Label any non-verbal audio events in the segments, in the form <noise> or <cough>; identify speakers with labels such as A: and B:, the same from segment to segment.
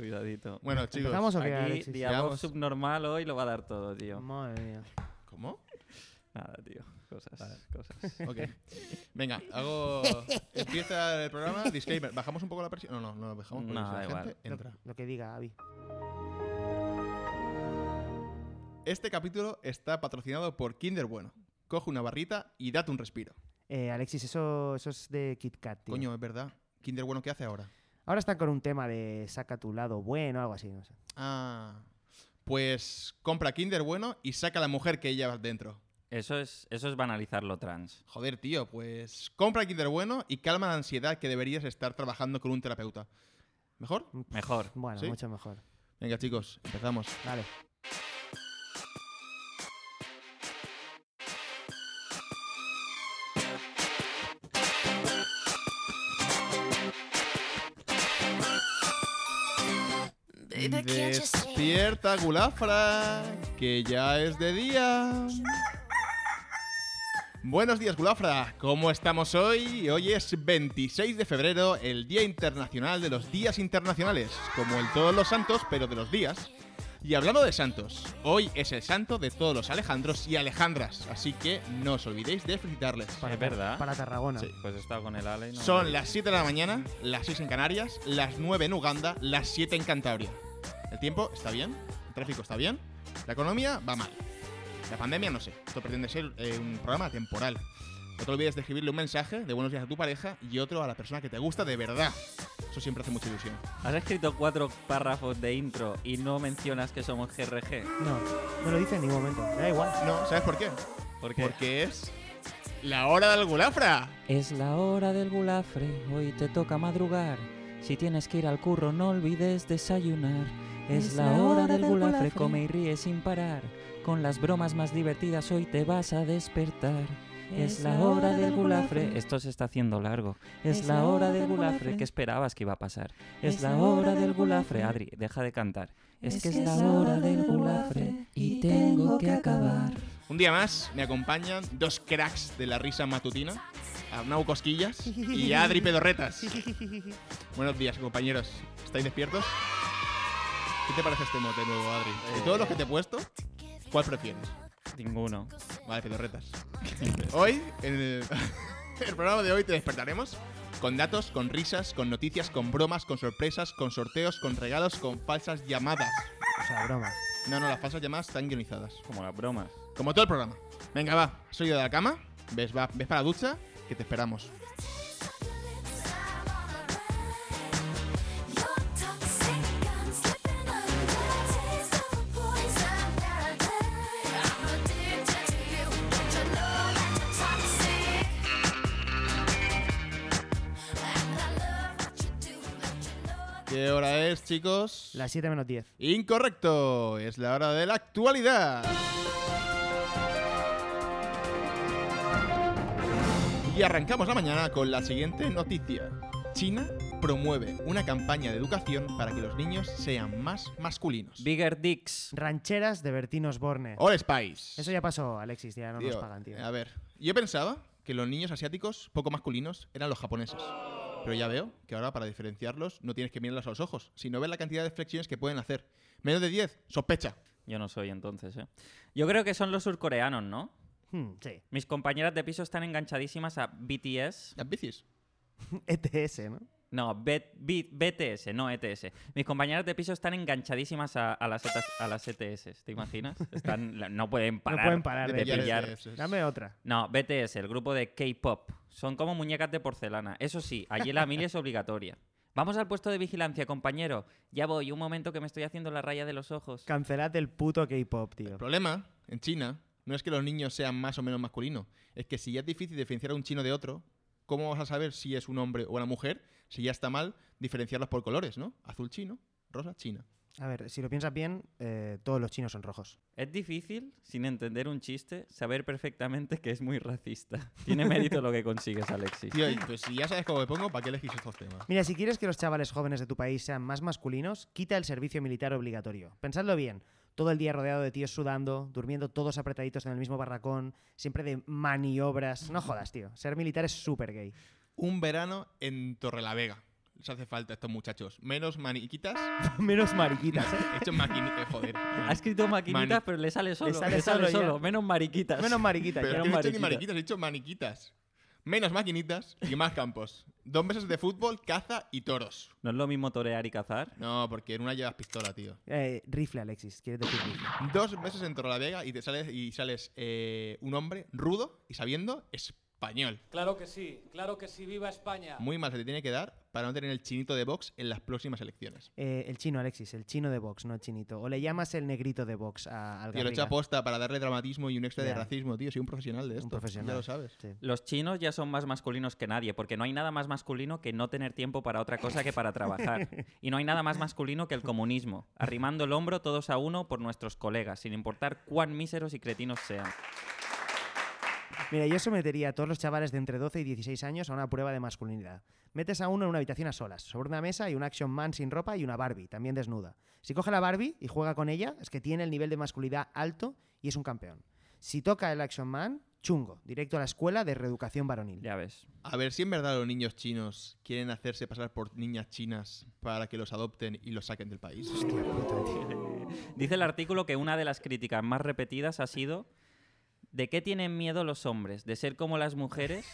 A: Cuidadito.
B: Bueno, chicos.
C: ¿Empezamos o qué,
A: Aquí,
C: Alexis?
A: Diablo
B: Llegamos.
A: subnormal hoy lo va a dar todo, tío.
C: Madre mía.
B: ¿Cómo?
A: Nada, tío. Cosas, cosas.
B: <laughs> Ok. Venga, hago. <laughs> Empieza el programa. Disclaimer. ¿Bajamos un poco la presión? No, no, no bajamos. porque
A: No,
B: si la
A: igual.
B: gente
C: Lo,
B: entra.
C: lo que diga Avi.
B: Este capítulo está patrocinado por Kinder Bueno. Coge una barrita y date un respiro.
C: Eh, Alexis, eso, eso es de Kit Kat, tío.
B: Coño, es verdad. Kinder Bueno, ¿qué hace ahora?
C: Ahora están con un tema de saca tu lado bueno, algo así, no sé.
B: Ah. Pues compra Kinder Bueno y saca a la mujer que llevas dentro.
A: Eso es, eso es banalizar lo trans.
B: Joder, tío, pues compra Kinder Bueno y calma la ansiedad que deberías estar trabajando con un terapeuta. ¿Mejor?
A: Mejor.
C: Bueno,
B: ¿Sí?
C: mucho mejor.
B: Venga, chicos, empezamos.
C: Vale.
D: Baby, can't you see?
B: Despierta, Gulafra, que ya es de día. Buenos días, Gulafra. ¿Cómo estamos hoy? Hoy es 26 de febrero, el Día Internacional de los Días Internacionales, como el Todos los Santos, pero de los días. Y hablando de santos, hoy es el santo de todos los Alejandros y Alejandras, así que no os olvidéis de felicitarles.
A: ¿Es verdad?
C: Para Tarragona.
B: Sí.
A: Pues he estado con el Ale y no...
B: Son las 7 de la mañana, las 6 en Canarias, las 9 en Uganda, las 7 en Cantabria. El tiempo está bien, el tráfico está bien, la economía va mal. La pandemia no sé, esto pretende ser eh, un programa temporal. No te olvides de escribirle un mensaje de buenos días a tu pareja y otro a la persona que te gusta de verdad. Eso siempre hace mucha ilusión.
A: Has escrito cuatro párrafos de intro y no mencionas que somos GRG.
C: No, no lo dice en ningún momento. Da igual.
B: No, ¿sabes por qué?
A: Porque
B: Porque es la hora del gulafra.
E: Es la hora del gulafre, hoy te toca madrugar. Si tienes que ir al curro, no olvides desayunar. Es, la, hora, del, gulafre, come y ríe sin parar. Con las bromas más divertidas, hoy te vas a despertar. Es la hora del gulafre.
A: Esto se está haciendo largo.
E: Es, la hora del gulafre.
A: ¿Qué esperabas que iba a pasar?
E: Es la hora del
A: gulafre.
E: gulafre.
A: Adri, deja de cantar.
E: Es que es la hora del gulafre y tengo que acabar.
B: Un día más me acompañan dos cracks de la risa matutina, Arnau Cosquillas y Adri Pedorretas. Buenos días, compañeros. ¿Estáis despiertos? ¿Qué te parece este mote nuevo, Adri? De todos los que te he puesto, ¿cuál prefieres?
A: Ninguno.
B: Vale, pedorretas. Hoy, en el, <laughs> el programa de hoy, te despertaremos con datos, con risas, con noticias, con bromas, con sorpresas, con sorteos, con regalos, con falsas llamadas.
C: O sea, bromas.
B: No, no, las falsas llamadas están guionizadas.
A: Como las bromas.
B: Como todo el programa. Venga, va. Soy de la cama. Ves, va, ves para la ducha. Que te esperamos.
D: You're toxic, I'm slipping under. Taste of a poison paradise. I'm addicted to you, don't you know that you're toxic? And I love what you do, don't you know that
B: ¿Qué hora es, chicos?
C: Las 7 menos 10.
B: Incorrecto. Es la hora de la actualidad. Y arrancamos la mañana con la siguiente noticia. China promueve una campaña de educación para que los niños sean más masculinos.
A: Bigger Dicks.
C: Rancheras de Bertinos Borne.
B: All Spice.
C: Eso ya pasó, Alexis, ya no nos
B: Tío,
C: pagan, tío.
B: A ver, yo pensaba que los niños asiáticos poco masculinos eran los japoneses. Pero ya veo que ahora para diferenciarlos no tienes que mirarlos a los ojos, sino ver la cantidad de flexiones que pueden hacer. Menos de 10, sospecha.
A: Yo no soy entonces, ¿eh? Yo creo que son los surcoreanos, ¿no?
C: <laughs> Hmm, sí. <laughs>
A: Mis compañeras de piso están enganchadísimas a BTS.
B: Las bicis.
C: ETS, E ¿no?
A: No, B- B- BTS, no ETS. Mis compañeras de piso están enganchadísimas a, a las, ETS, a las ETS, ¿te imaginas? Están, la- no pueden parar.
C: No pueden parar
A: de
C: de
B: pillar
A: pillar.
B: ETS.
C: Dame otra.
A: No, BTS, el grupo de K-pop. Son como muñecas de porcelana. Eso sí, allí la mil es obligatoria. Vamos al puesto de vigilancia, compañero. Ya voy, un momento que me estoy haciendo la raya de los ojos.
C: Cancelad el puto K-pop, tío.
B: El problema en China no es que los niños sean más o menos masculinos, es que si ya es difícil diferenciar a un chino de otro, ¿cómo vas a saber si es un hombre o una mujer? Si ya está mal diferenciarlos por colores, ¿no? Azul chino, rosa china.
C: A ver, si lo piensas bien, eh, todos los chinos son rojos.
A: Es difícil, sin entender un chiste, saber perfectamente que es muy racista. Tiene mérito lo que consigues, Alexis.
B: Tío, y pues si ya sabes cómo me pongo, ¿para qué elegís estos temas?
C: Mira, si quieres que los chavales jóvenes de tu país sean más masculinos, quita el servicio militar obligatorio. Pensadlo bien. Todo el día rodeado de tíos sudando, durmiendo todos apretaditos en el mismo barracón, siempre de maniobras. No jodas, tío. Ser militar es súper gay.
B: Un verano en Torrelavega. les hace falta a estos muchachos. Menos
A: <laughs>
B: maniquitas, <laughs>
C: Menos mariquitas, ¿eh?
B: hechos maquinitas. Joder.
A: Ha escrito maquinitas,
B: Mani-
A: pero le sale solo. Le
C: sale
A: sale,
C: solo ya.
A: solo, Menos mariquitas.
C: Menos mariquitas.
B: Pero
C: ya.
B: es que
A: eran
B: no he dicho ni
A: mariquitas.
B: mariquitas, he dicho maniquitas. Menos maquinitas y más campos. Dos meses de fútbol, caza y toros.
A: No es lo mismo torear y cazar.
B: No, porque en una llevas pistola, tío.
C: Eh, rifle, Alexis. Quieres decir rifle.
B: Dos meses en Torrelavega y te sales, y sales eh, un hombre rudo y sabiendo español.
F: Claro que sí, claro que sí, viva España.
B: Muy mal se te tiene que dar para no tener el chinito de box en las próximas elecciones.
C: Eh, el chino, Alexis. El chino de box, no el chinito. O le llamas el negrito de box a, al
B: Tío, lo he hecho
C: Garriga.
B: aposta para darle dramatismo y un extra de
C: Ya.
B: racismo, tío. Soy un profesional de esto.
C: Un profesional.
B: Ya lo sabes.
C: Sí.
A: Los chinos ya son más masculinos que nadie, porque no hay nada más masculino que no tener tiempo para otra cosa que para trabajar. Y no hay nada más masculino que el comunismo, arrimando el hombro todos a uno por nuestros colegas, sin importar cuán míseros y cretinos sean.
C: Mira, yo sometería a todos los chavales de entre 12 y 16 años a una prueba de masculinidad. Metes a uno en una habitación a solas, sobre una mesa y un action man sin ropa y una Barbie, también desnuda. Si coge la Barbie y juega con ella, es que tiene el nivel de masculinidad alto y es un campeón. Si toca el action man, chungo, directo a la escuela de reeducación varonil.
A: Ya ves.
B: A ver si en verdad los niños chinos quieren hacerse pasar por niñas chinas para que los adopten y los saquen del país.
C: Hostia puta, tío.
A: <laughs> Dice el artículo que una de las críticas más repetidas ha sido ¿de qué tienen miedo los hombres? ¿De ser como las
C: <laughs>
A: mujeres?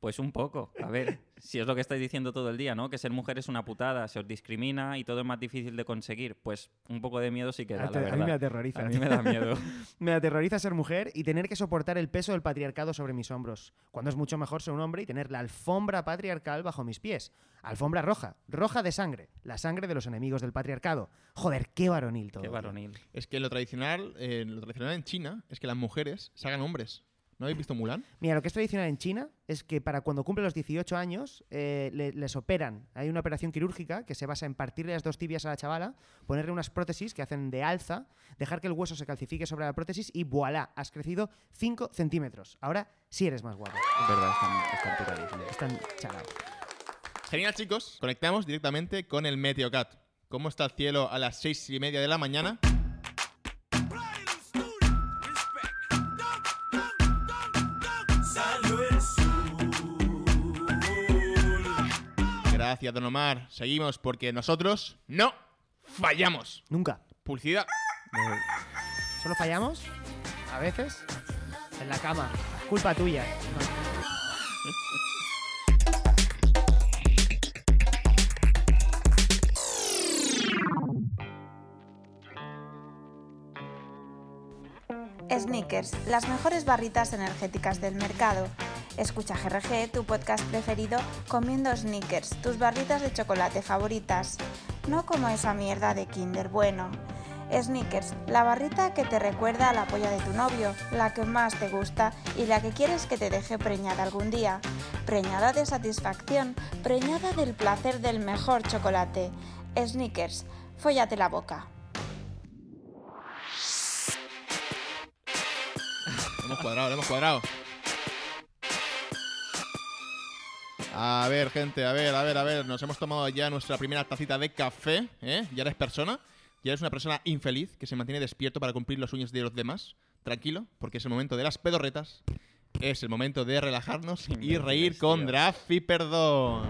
A: Pues un poco. A ver, si es lo que estáis diciendo todo el día, ¿no? Que ser mujer es una putada, se os discrimina y todo es más difícil de conseguir. Pues un poco de miedo sí que da, la
C: A- a mí me
A: verdad.
C: aterroriza.
A: A mí me da miedo.
C: <laughs> Me aterroriza ser mujer y tener que soportar el peso del patriarcado sobre mis hombros, cuando es mucho mejor ser un hombre y tener la alfombra patriarcal bajo mis pies. Alfombra roja, roja de sangre, la sangre de los enemigos del patriarcado. Joder, qué varonil todo.
A: Qué
C: tío.
A: varonil.
B: Es que lo tradicional, eh, lo tradicional en China es que las mujeres se hagan hombres. ¿No habéis visto Mulan?
C: Mira, lo que es tradicional en China es que para cuando cumple los 18 años eh, le- les operan. Hay una operación quirúrgica que se basa en partirle las dos tibias a la chavala, ponerle unas prótesis que hacen de alza, dejar que el hueso se calcifique sobre la prótesis y voilà, has crecido 5 centímetros. Ahora sí eres más guapo.
A: Es verdad, están, están picadísimos.
C: Están chalados.
B: Genial, chicos. Conectamos directamente con el Meteocat. ¿Cómo está el cielo a las seis y media de la mañana? Gracias, don Omar. Seguimos porque nosotros no fallamos.
C: Nunca.
B: Publicidad.
C: Solo fallamos a veces en la cama. Culpa tuya.
G: Sneakers, las mejores barritas energéticas del mercado. Escucha GRG, tu podcast preferido, comiendo Sneakers, tus barritas de chocolate favoritas. No como esa mierda de Kinder Bueno. Sneakers, la barrita que te recuerda a la polla de tu novio, la que más te gusta y la que quieres que te deje preñada algún día. Preñada de satisfacción, preñada del placer del mejor chocolate. Sneakers, fóllate la boca.
B: Lo hemos cuadrado, lo hemos cuadrado. A ver, gente, a ver, a ver, a ver. Nos hemos tomado ya nuestra primera tacita de café, ¿eh? Ya eres persona. Ya eres una persona infeliz que se mantiene despierto para cumplir los sueños de los demás. Tranquilo, porque es el momento de las pedorretas. Es el momento de relajarnos y
A: Imbéciles,
B: reír con
A: tío.
B: draft y perdón.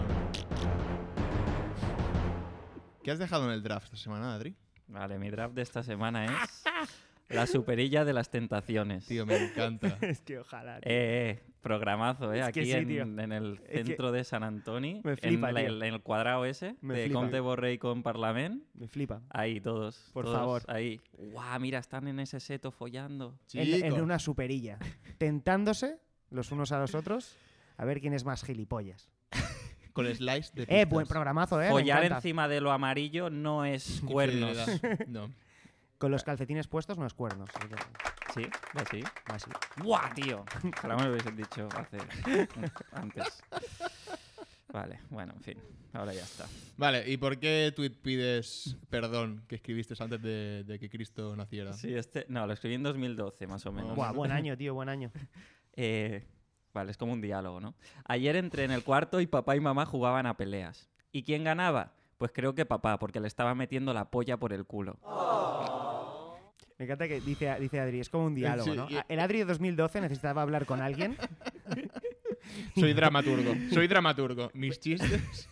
B: ¿Qué has dejado en el draft esta semana, Adri?
A: Vale, mi draft de esta semana es
B: <laughs>
A: La superilla de las tentaciones.
B: Tío, me encanta.
C: <laughs> Es que ojalá. tío.
A: Eh, eh, programazo, ¿eh?
C: Es que
A: Aquí
C: sí, tío.
A: en, en el
C: Es que
A: centro de San Antoni,
C: me flipa,
A: en, la-
C: tío.
A: el- en el cuadrado ese,
C: Me
A: de
C: flipa.
A: Comte Borrell con Parlament.
C: Me flipa.
A: Ahí, todos.
C: Por
A: todos
C: favor.
A: Ahí. ¡Guau! Mira, están en ese seto follando.
C: En, en
B: Chicos.
C: una superilla. Tentándose los unos a los otros a ver quién es más gilipollas.
B: Con slice de
C: <laughs> Eh,
B: pistas.
C: buen programazo, eh. me
A: Follar
C: encanta.
A: encima de lo amarillo
B: <laughs>
A: no es cuernos.
C: <laughs>
B: Infidelidad. No.
C: Con los calcetines puestos no es cuernos.
A: ¿Sí? ¿Va así?
C: Así.
A: ¡Guau, tío! Ojalá me
B: <laughs>
A: lo hubiesen dicho hace... <laughs> antes. Vale, bueno, en fin. Ahora ya está.
B: Vale, ¿y por qué tweet pides perdón que escribiste antes de, de que Cristo naciera?
A: Sí, este... No, lo escribí en 2012, más o menos.
C: Buah, buen año, tío, buen año.
A: <laughs> Eh, vale, es como un diálogo, ¿no? Ayer entré en el cuarto y papá y mamá jugaban a peleas. ¿Y quién ganaba? Pues creo que papá, porque le estaba metiendo la polla por el culo.
C: Me encanta que dice, dice Adri, es como un diálogo,
B: Sí,
C: ¿no?
B: y- <laughs>
C: El Adri de 2012 necesitaba hablar con alguien
B: Soy dramaturgo. Soy dramaturgo. Mis
A: <laughs>
B: chistes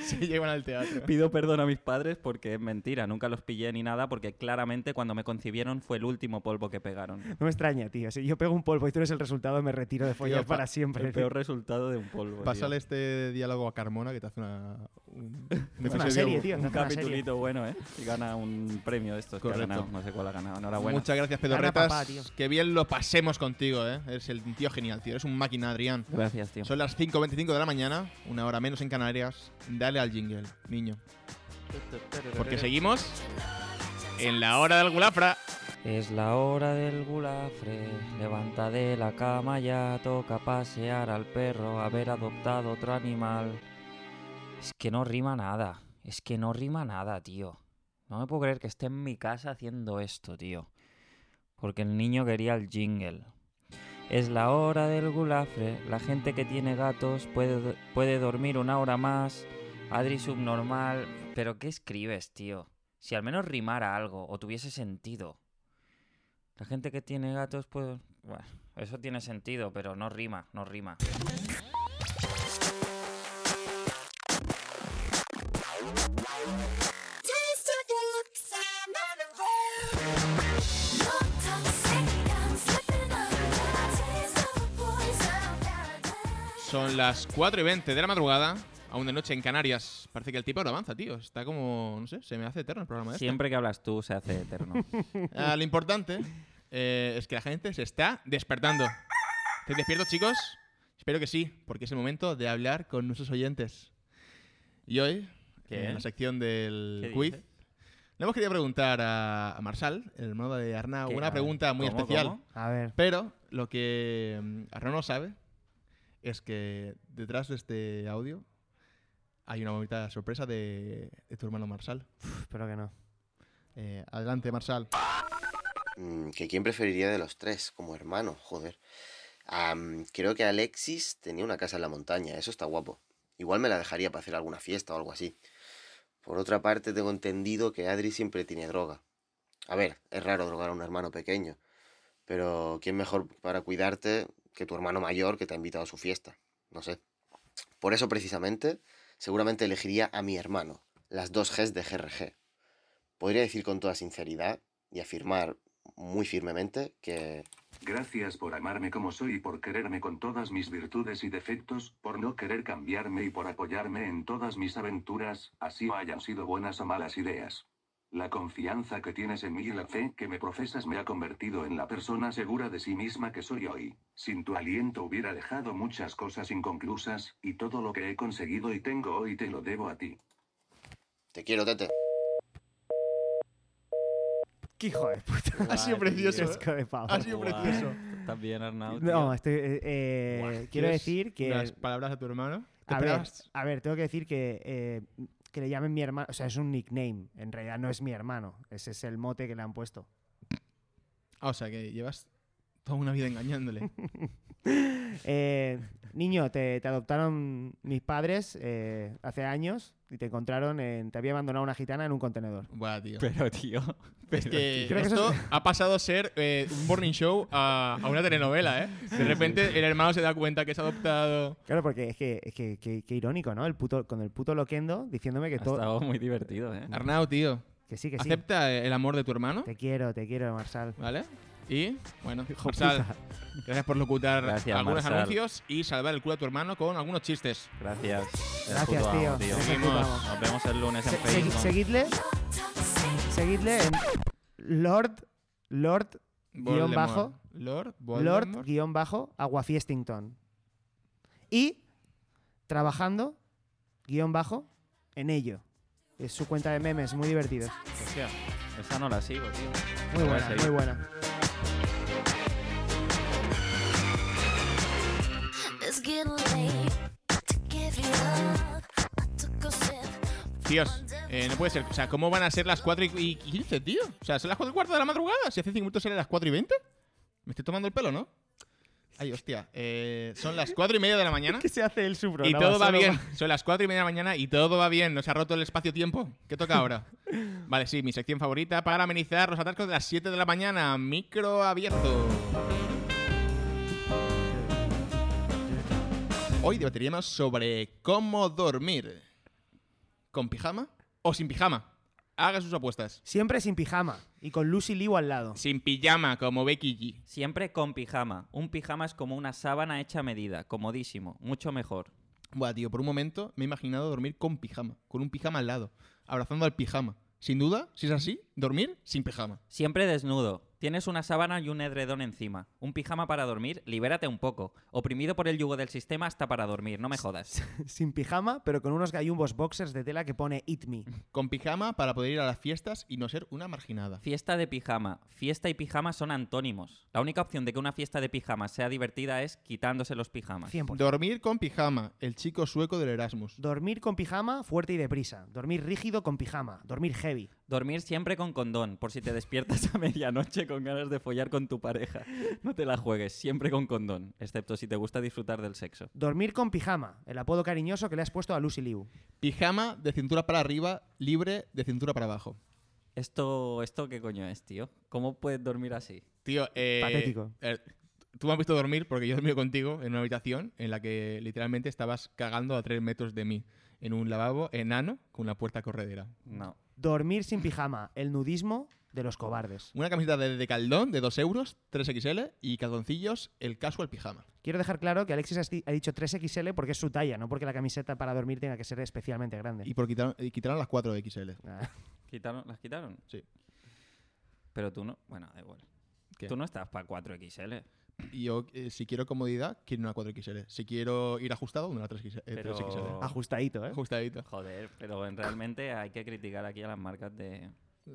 B: se llevan al teatro.
A: Pido perdón a mis padres porque es mentira, nunca los pillé ni nada porque claramente cuando me concibieron fue el último polvo que pegaron.
C: No me extraña, tío. Si yo pego un polvo y tú eres el resultado, me retiro de follar
B: pa-
C: para siempre.
A: El peor resultado de un polvo. tío.
B: Pásale este diálogo a Carmona que te hace una. un-
C: Es
B: episodio
C: una serie, tío.
A: un
C: es una serie.
A: capitulito bueno, ¿eh? Y gana un premio de estos que
B: Correcto.
A: ha ganado. No sé cuál ha ganado. Enhorabuena.
B: Muchas gracias,
C: Gana papá, tío.
B: Pedorretas. Que bien lo pasemos contigo, ¿eh? Eres el tío genial, tío. Eres un máquina, Adrián.
A: Gracias, tío.
B: Son las 5.25 de la mañana, una hora menos en Canarias. Dale al jingle, niño. Porque <laughs> seguimos en la hora del gulafra.
E: Es la hora del gulafre, levanta de la cama ya, toca pasear al perro, haber adoptado otro animal. Es que no rima nada, es que no rima nada, tío. No me puedo creer que esté en mi casa haciendo esto, tío. Porque el niño quería el jingle. Es la hora del gulafre, la gente que tiene gatos puede, do- puede dormir una hora más. Adri subnormal, pero ¿qué escribes, tío? Si al menos rimara algo o tuviese sentido. La gente que tiene gatos, pues. Bueno, eso tiene sentido, pero no rima, no rima.
B: Son las 4 y 20 de la madrugada, aún de noche en Canarias. Parece que el tipo lo avanza, tío. Está como, no sé, se me hace eterno el programa. Este.
A: Siempre que hablas tú se hace eterno.
B: <laughs> Ah, lo importante eh, es que la gente se está despertando. ¿Estáis despiertos, chicos? Espero que sí, porque es el momento de hablar con nuestros oyentes. Y hoy,
A: ¿Qué?
B: en la sección
A: ¿Qué
B: del
A: dices?
B: quiz, le hemos querido preguntar a, a Marsal, el hermano de Arnau,
A: ¿Qué? A
B: una
A: ver,
B: pregunta muy
A: ¿cómo,
B: especial.
A: cómo?
C: A ver.
B: Pero lo que mm, Arnau no sabe es que detrás de este audio hay una bonita sorpresa de, de tu hermano Marsal.
C: Pff, espero que no.
B: Eh, adelante, Marsal.
H: Mm, que quién preferiría de los tres como hermano, joder. Am, creo que Alexis tenía una casa en la montaña, eso está guapo. Igual me la dejaría para hacer alguna fiesta o algo así. Por otra parte, tengo entendido que Adri siempre tiene droga. A ver, es raro drogar a un hermano pequeño, pero ¿quién mejor para cuidarte que tu hermano mayor que te ha invitado a su fiesta? No sé. Por eso precisamente, seguramente elegiría a mi hermano, las dos Gs de GRG. Podría decir con toda sinceridad y afirmar muy firmemente que
I: Gracias por amarme como soy y por quererme con todas mis virtudes y defectos, por no querer cambiarme y por apoyarme en todas mis aventuras, así hayan sido buenas o malas ideas. La confianza que tienes en mí y la fe que me profesas me ha convertido en la persona segura de sí misma que soy hoy. Sin tu aliento hubiera dejado muchas cosas inconclusas, y todo lo que he conseguido y tengo hoy te lo debo a ti.
H: te quiero, Tete.
C: ¡Qué hijo de puta!
B: Ha sido precioso.
A: tío.
C: Asco de pavo.
B: Ha sido
A: Guau.
B: precioso.
A: También, Arnau. tío.
C: No, estoy, eh, eh, quiero
B: ¿Quieres
C: decir que...
B: Las palabras a tu hermano. ¿Te
C: A ver,
B: esperabas?
C: a ver, tengo que decir que, eh, que le llamen mi hermano. O sea, es un nickname. En realidad no es mi hermano. Ese es el mote que le han puesto.
B: Ah, o sea, que llevas toda una vida engañándole.
C: <laughs> Eh, niño, te, te adoptaron mis padres eh, hace años y te encontraron. en- te había abandonado una gitana en un contenedor.
B: Buah, tío.
A: Pero, tío.
B: Es
A: pero,
B: que
C: Creo que
B: esto
C: eso
B: ha pasado a ser eh, un morning show a, a una telenovela, ¿eh? De repente el hermano se da cuenta que es adoptado.
C: Claro, porque es que, es que, que- que irónico, ¿no? El puto, con el puto loquendo diciéndome que
A: tío, Ha
C: todo.
A: estado muy divertido, ¿eh?
B: Arnau, tío,
C: Que sí, que sí.
B: acepta el amor de tu hermano,
C: Te quiero, te quiero, Marsal.
B: ¿vale? Y, bueno,
C: Hijo
B: Marsal,
C: puta.
B: gracias por locutar
A: Gracias,
B: algunos
A: Marsal.
B: anuncios y salvar el culo a tu hermano con algunos chistes.
A: Gracias. Eres
C: Gracias,
A: puto amo,
C: tío. Eres el
A: Seguimos.
C: puto amo.
A: Nos vemos el lunes en
C: Se- segui-
A: Facebook.
C: seguidle, seguidle en Lord, Lord, Guión bajo.
B: Lord, Voldemort.
C: Lord, guión bajo, Aguafiestington. Y trabajando, guión bajo, en ello. Es su cuenta de memes, muy divertidos.
A: Hostia, Esa no la sigo, tío. Voy
C: Muy
A: a
C: buena,
A: seguir.
C: muy buena.
D: It's getting late to give you up. I took a sip.
B: Tíos, eh, no puede ser. O sea, ¿cómo van a ser las 4 y 15, tío? O sea, son las 4 y cuarto de la madrugada. Si hace 5 minutos eran las 4 y 20. Me estoy tomando el pelo, ¿no? Ay, hostia. Eh, son las 4 y media de la mañana.
C: se <laughs> hace el subro?
B: Y todo va bien. Son las 4 y media de la mañana y todo va bien. Nos ha roto el espacio-tiempo. ¿Qué toca
C: <laughs>
B: ahora? <laughs> Vale, sí, mi sección favorita para amenizar los atascos de las 7 de la mañana. Micro abierto. Hoy debatiremos sobre cómo dormir. ¿Con pijama o sin pijama? Haga sus apuestas.
C: Siempre sin pijama y con Lucy Liu al lado.
B: Sin pijama, como Becky G.
A: Siempre con pijama. Un pijama es como una sábana hecha a medida, comodísimo, mucho mejor.
B: Buah, tío, por un momento me he imaginado dormir con pijama, con un pijama al lado, abrazando al pijama. Sin duda, si es así, dormir sin pijama.
A: Siempre desnudo. Tienes una sábana y un edredón encima. Un pijama para dormir, libérate un poco. Oprimido por el yugo del sistema hasta para dormir, no me jodas.
C: <laughs> sin pijama, pero con unos gallumbos boxers de tela que pone Eat Me.
B: <laughs> Con pijama para poder ir a las fiestas y no ser una marginada.
A: Fiesta de pijama. Fiesta y pijama son antónimos. La única opción de que una fiesta de pijama sea divertida es quitándose los pijamas.
C: 100%.
B: Dormir con pijama, el chico sueco del Erasmus.
C: Dormir con pijama fuerte y deprisa. Dormir rígido con pijama. Dormir heavy.
A: Dormir siempre con condón, por si te despiertas a <laughs> medianoche con ganas de follar con tu pareja. No te la juegues, siempre con condón, excepto si te gusta disfrutar del sexo.
C: Dormir con pijama, el apodo cariñoso que le has puesto a Lucy Liu.
B: Pijama de cintura para arriba, libre de cintura para abajo.
A: ¿Esto, esto qué coño es, tío? ¿Cómo puedes dormir así?
B: Tío, eh,
C: Patético.
B: eh, tú me has visto dormir porque yo he dormido contigo en una habitación en la que literalmente estabas cagando a tres metros de mí. En un lavabo enano con una puerta corredera.
A: No.
C: Dormir sin pijama, el nudismo de los cobardes.
B: Una camiseta de, de caldón de 2 euros, 3XL y calzoncillos, el casual pijama.
C: Quiero dejar claro que Alexis has di- ha dicho 3XL porque es su talla, no porque la camiseta para dormir tenga que ser especialmente grande.
B: Y por eh, quitaron, y quitaron las 4 XL.
C: Ah,
A: ¿Quitaron, ¿Las quitaron?
B: Sí.
A: Pero tú no... Bueno, da igual.
B: ¿Qué?
A: Tú no estás para 4XL.
B: Y yo, eh, si quiero comodidad, quiero una 4XL. Si quiero ir ajustado, una 3XL. eh,
A: Pero-
B: 3XL.
C: Ajustadito, ¿eh?
B: Ajustadito.
A: Joder, pero en- realmente hay que criticar aquí a las marcas de...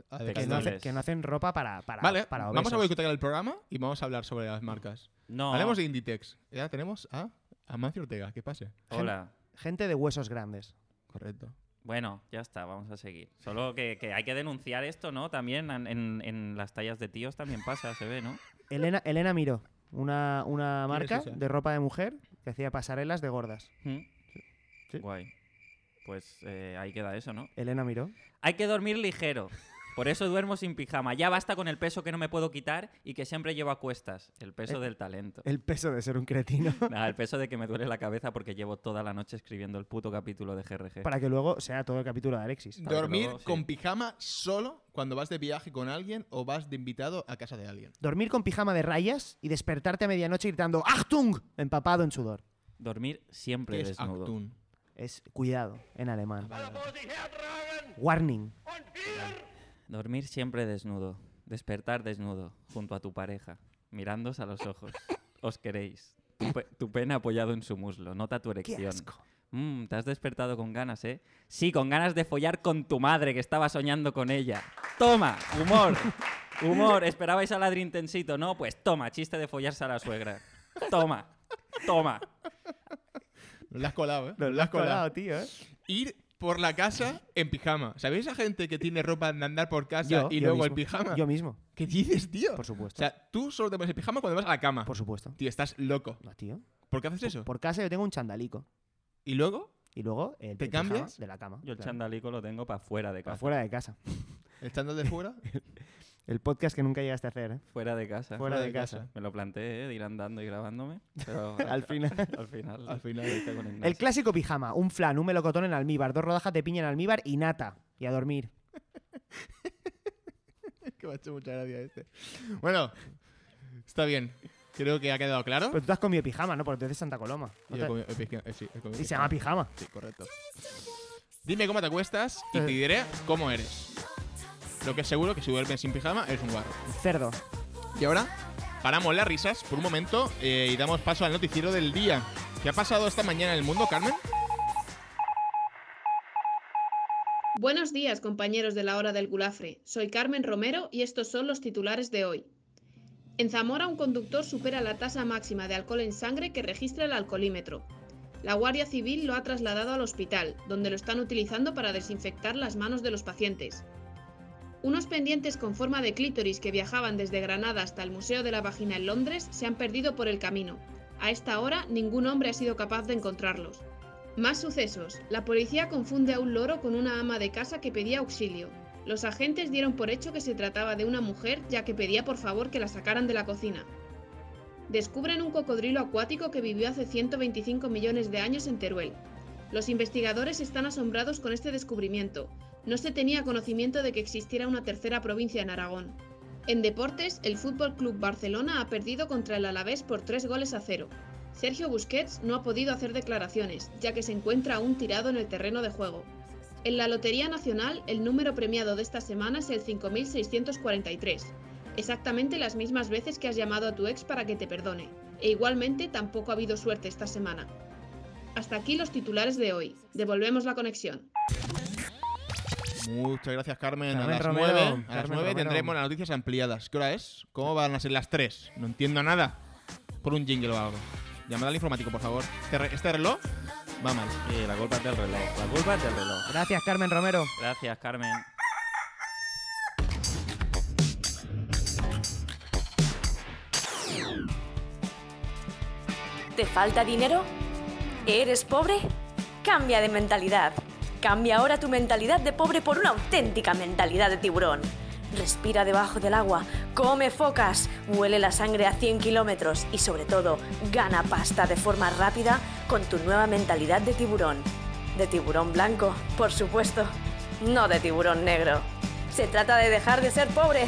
B: A
A: Te
B: ver,
C: Que
B: ¿qué
C: no,
B: tal?
C: hace- que no hacen ropa para, para,
B: Vale,
C: para
B: vamos a
C: obesos.
B: boicotear el programa y vamos a hablar sobre las marcas.
A: No.
B: Hablemos de Inditex. Ya tenemos a Amancio Ortega, que pase.
A: Hola.
C: Gente de huesos grandes.
B: Correcto.
A: Bueno, ya está, vamos a seguir. Solo que, que hay que denunciar esto, ¿no? También en, en- en las tallas de tíos también pasa, se ve, ¿no?
C: Elena, Elena Miro, una, una
B: ¿Quién es
C: marca
B: esa?
C: de ropa de mujer que hacía pasarelas de gordas.
A: Mm.
B: Sí.
A: Guay. Pues eh, ahí queda eso, ¿no?
C: Elena Miro.
A: Hay que dormir ligero. Por eso duermo sin pijama. Ya basta con el peso que no me puedo quitar y que siempre llevo a cuestas. El peso del talento. <laughs>
C: El peso de ser un
B: <laughs>
C: cretino.
A: Nada, el peso de que me duele la cabeza porque llevo toda la noche escribiendo el puto capítulo de GRG.
C: para que luego sea todo el capítulo de Alexis.
A: Para que
B: Dormir
A: luego- sí.
B: con pijama solo cuando vas de viaje con alguien o vas de invitado a casa de alguien.
C: Dormir con pijama de rayas y despertarte a medianoche gritando ¡Achtung! empapado en sudor.
A: Dormir siempre
B: Que es
A: desnudo.
B: Actun.
C: Es cuidado en alemán. Warning.
A: Dormir siempre desnudo. Despertar desnudo, junto a tu pareja, mirándos a los ojos. Os queréis. Tu, pe- tu pene apoyado en su muslo. Nota tu
C: ¡Qué
A: erección.
C: asco!
A: Mm, te has despertado con ganas, ¿eh? Sí, con ganas de follar con tu madre que estaba soñando con ella. Toma, humor. Humor, esperabais a ladri intensito, ¿no? Pues toma, chiste de follarse a la suegra. Toma, toma.
B: Lo has colado, ¿eh?
C: Lo has colado, tío, ¿eh?
B: Ir por la casa en pijama. ¿Sabéis esa gente que tiene ropa de andar por casa y luego el
C: mismo.
B: pijama?
C: Yo mismo,
B: ¿Qué dices, tío?
C: por
B: O
C: supuesto.
B: sea, tú solo te pones el pijama cuando vas a la cama.
C: por supuesto.
B: Tío, estás loco.
C: No, tío.
B: ¿Por qué haces eso?
C: Por casa yo tengo
B: <laughs>
C: un chandalico.
B: Y luego,
C: Y luego eh, el
B: ¿Te
C: el pijama
B: cambias?
C: de la cama.
A: Yo el
C: claro.
A: chandalico lo tengo para fuera de
C: Para
A: casa.
C: Fuera de casa.
B: echando de fuera,
C: El podcast que nunca llegaste a hacer, ¿eh?
A: Fuera de casa.
C: Fuera de casa.
A: Me lo planteé, ¿eh? de ir andando y grabándome. Pero
C: <laughs> Al final.
A: <laughs> al final.
B: Al final.
A: me hice con Ignacio.
C: El clásico pijama, un flan, un melocotón en almíbar, dos rodajas de piña en almíbar y nata. Y a dormir.
B: que me ha hecho mucha gracia este. Bueno, está bien. Creo que ha quedado claro.
C: Pero tú te has comido pijama, ¿no? Porque tú eres de Santa Coloma. ¿No
B: Y
C: te-
B: he comido- he pijama- eh, sí, he comido
C: Y se
B: pijama.
C: llama pijama.
B: Sí, correcto. Dime cómo te acuestas
C: Eh.
B: y te diré cómo eres. Lo que es seguro que si duermes sin pijama eres un guarro.
C: Cerdo.
B: Y ahora paramos las risas por un momento eh, y damos paso al noticiero del día. ¿Qué ha pasado esta mañana en el mundo, Carmen?
J: Buenos días, compañeros de la hora del gulafre. Soy Carmen Romero y estos son los titulares de hoy. En Zamora, un conductor supera la tasa máxima de alcohol en sangre que registra el alcoholímetro. La Guardia Civil lo ha trasladado al hospital, donde lo están utilizando para desinfectar las manos de los pacientes. Unos pendientes con forma de clítoris que viajaban desde Granada hasta el Museo de la Vagina en Londres se han perdido por el camino. A esta hora, ningún hombre ha sido capaz de encontrarlos. Más sucesos. La policía confunde a un loro con una ama de casa que pedía auxilio. Los agentes dieron por hecho que se trataba de una mujer ya que pedía por favor que la sacaran de la cocina. descubren un cocodrilo acuático que vivió hace 125 millones de años en Teruel. Los investigadores están asombrados con este descubrimiento. No se tenía conocimiento de que existiera una tercera provincia en Aragón. En deportes, el Fútbol Club Barcelona ha perdido contra el Alavés por tres goles a cero. Sergio Busquets no ha podido hacer declaraciones, ya que se encuentra aún tirado en el terreno de juego. En la Lotería Nacional, el número premiado de esta semana es el 5643, exactamente las mismas veces que has llamado a tu ex para que te perdone. E igualmente tampoco ha habido suerte esta semana. Hasta aquí los titulares de hoy. Devolvemos la conexión.
B: Muchas gracias, Carmen.
C: Carmen
B: a las
C: Romero,
B: 9, a las
C: Carmen
B: 9
C: Romero.
B: tendremos las noticias ampliadas. ¿Qué hora es? ¿Cómo van a ser las 3? No entiendo nada. Por un jingle o algo. Llamad al informático, por favor. Este, re- este reloj va mal.
A: Sí, Eh, la culpa es del reloj. La culpa es del reloj.
C: Gracias, Carmen Romero.
A: Gracias, Carmen.
K: ¿Te falta dinero? ¿Eres pobre? Cambia de mentalidad. Cambia ahora tu mentalidad de pobre por una auténtica mentalidad de tiburón. Respira debajo del agua, come focas, huele la sangre a 100 kilómetros y sobre todo gana pasta de forma rápida con tu nueva mentalidad de tiburón. De tiburón blanco, por supuesto, no de tiburón negro. Se trata de dejar de ser pobre.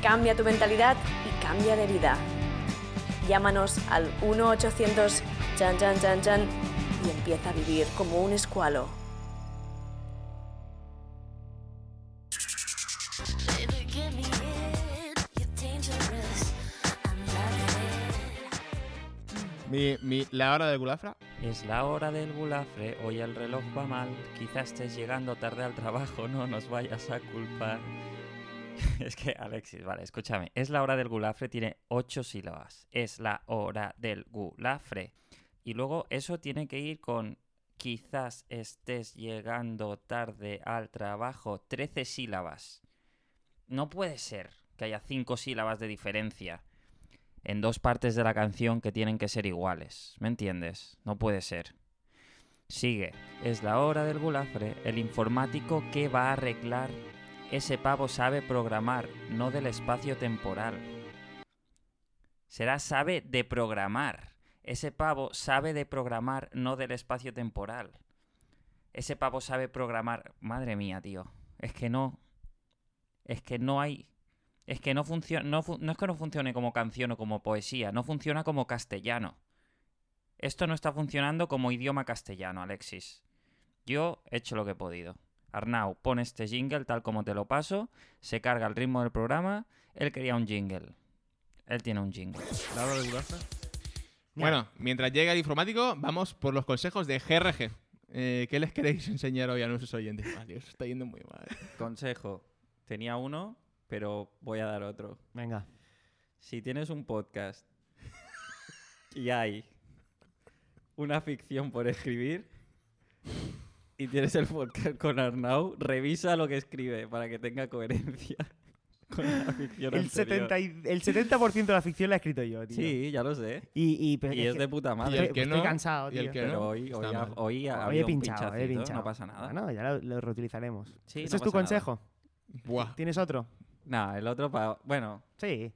K: Cambia tu mentalidad y cambia de vida. Llámanos al 1-800 chan chan chan chan y empieza a vivir como un escualo.
D: Baby, give me it. You're dangerous. I'm loving it.
B: Mi, mi- la hora de Gulafra.
A: Es la hora del gulafre, hoy el reloj va mal. Quizás estés llegando tarde al trabajo, no nos vayas a culpar. <laughs> es que, Alexis, vale, escúchame. Es la hora del gulafre, tiene ocho sílabas. Es la hora del gulafre. Y luego eso tiene que ir con quizás estés llegando tarde al trabajo, trece sílabas. No puede ser que haya cinco sílabas de diferencia en dos partes de la canción que tienen que ser iguales. ¿Me entiendes? No puede ser. Sigue. Es la hora del gulafre. El informático que va a arreglar. Ese pavo sabe programar, no del espacio temporal. Será sabe de programar. Ese pavo sabe de programar, no del espacio temporal. Ese pavo sabe programar. Madre mía, tío. Es que no. Es que no hay. Es que no funciona. No, fu- no es que no funcione como canción o como poesía, no funciona como castellano. Esto no está funcionando como idioma castellano, Alexis. Yo he hecho lo que he podido. Arnau, pon este jingle tal como te lo paso, se carga el ritmo del programa, él quería un jingle. Él tiene un jingle.
B: La hora de Gulafra. Bueno, mientras llega el informático, vamos por los consejos de GRG. Eh, ¿Qué les queréis enseñar hoy a nuestros oyentes? Vale, eso está yendo muy mal.
A: Consejo. Tenía uno, pero voy a dar otro.
C: Venga.
A: Si tienes un podcast y hay una ficción por escribir y tienes el podcast con Arnau, revisa lo que escribe para que tenga coherencia <laughs> con la ficción
C: El,
A: anterior.
C: 70 y- el 70% de la ficción la he escrito yo, tío.
A: Sí, ya lo sé.
C: Y, y, pero
A: Y
C: es
A: es
C: que-
A: de puta
B: Y
A: madre.
B: el que
C: estoy
B: no,
C: cansado,
B: y el
C: tío.
B: que
A: Pero
B: no,
A: hoy, hoy,
B: está
A: ha,
B: mal.
A: hoy ha
C: Hoy
A: habido
C: he pinchado,
A: un
C: he
A: pinchacito,
C: pinchado.
A: no pasa nada.
C: Bueno, ya lo, lo reutilizaremos.
A: Sí,
C: ¿Ese
A: no
C: es
A: pasa
C: tu
A: nada.
C: consejo?
B: Buah.
C: ¿Tienes otro?
A: Nah, el otro para... Bueno,
C: Sí.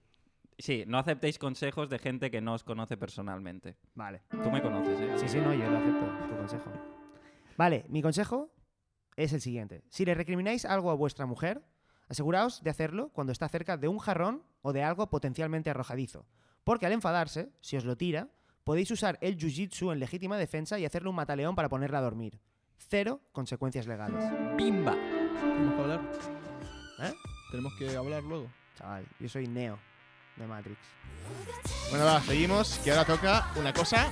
A: sí, no aceptéis consejos de gente que no os conoce personalmente.
C: Vale.
A: Tú me conoces, ¿eh?
C: Sí, sí, no, yo lo acepto, tu consejo. <laughs> Vale, mi consejo es el siguiente. Si le recrimináis algo a vuestra mujer, aseguraos de hacerlo cuando está cerca de un jarrón o de algo potencialmente arrojadizo. Porque al enfadarse, si os lo tira, podéis usar el jiu-jitsu en legítima defensa y hacerle un mataleón para ponerla a dormir. Cero consecuencias legales.
A: ¡Bimba!
B: Tenemos que hablar.
C: ¿Eh?
B: Tenemos que hablar luego.
C: Uh, Chaval, yo soy Neo de Matrix.
B: Bueno, va, seguimos, que ahora toca una cosa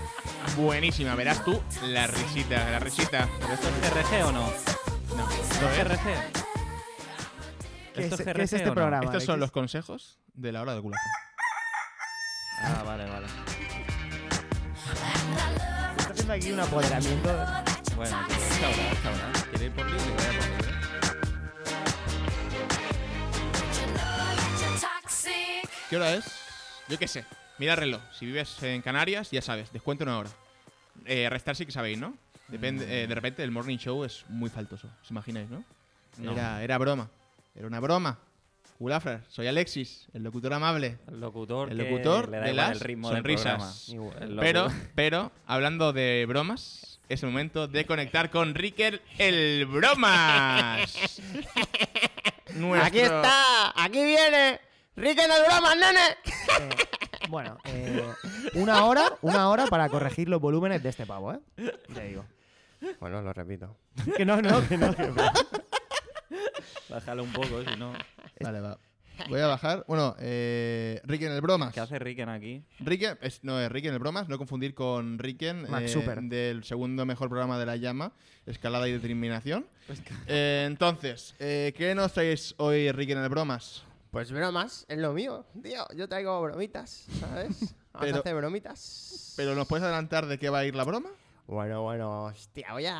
B: buenísima. Verás tú, la risita, la risita.
A: ¿Pero esto es GRG o no?
B: No, ¿eh?
A: ¿Esto
B: esto
A: es
B: es-
A: GRG?
C: ¿Qué
A: ¿Esto
C: es,
A: es
C: qué es
A: GRG o
C: este
A: no?
C: programa?
B: Estos son los
C: Alexis?
B: consejos de la hora de gulazo.
A: Ah, vale, vale.
C: Está haciendo aquí un apoderamiento.
A: Bueno, hasta ahora, hasta ahora. Quiere ir por libre, vaya por libre.
B: ¿Qué hora es? Yo qué sé. Mira el reloj. Si vives en Canarias, ya sabes, descuento una hora. Eh, restar sí que sabéis, ¿no? Depende, eh, de repente el morning show es muy faltoso, os imagináis, ¿no?
A: No.
B: Era, era broma. Era una broma. Gulafra, soy Alexis, el locutor amable.
A: El locutor,
B: El
A: que
B: locutor
A: le da
B: de
A: igual
B: las
A: el ritmo
B: sonrisas.
A: Del programa. El
B: Pero,
A: locutor- <laughs>
B: pero, hablando de bromas, es el momento de conectar con Ricker el Bromas.
L: <laughs>
B: Nuestro-
L: Aquí está, aquí viene. Rica de bromas, nene.
C: Bueno, eh, una hora, una hora para corregir los volúmenes de este pavo, ¿eh? Te digo.
L: Bueno, lo repito.
C: Que no, no, que no. que no.
A: <laughs> Bájalo un poco, si no.
B: Vale, va. Voy a bajar. Bueno, eh, Ricken el Bromas.
A: ¿Qué hace Ricken aquí?
B: Ricken, es- no, es Ricken el Bromas, no confundir con Ricken
C: Max
B: eh,
C: Super.
B: del segundo mejor programa de la llama, Escalada y
A: <laughs>
B: Determinación.
A: Pues
B: Eh, entonces, eh, ¿qué nos traéis hoy, Ricken el Bromas?
L: Pues bromas, es lo mío. Tío, yo traigo bromitas,
B: <laughs>
L: ¿sabes? Vamos
B: Pero-
L: a hacer bromitas.
B: ¿Pero nos puedes adelantar de qué va a ir la broma?
L: Bueno, bueno, hostia, voy a...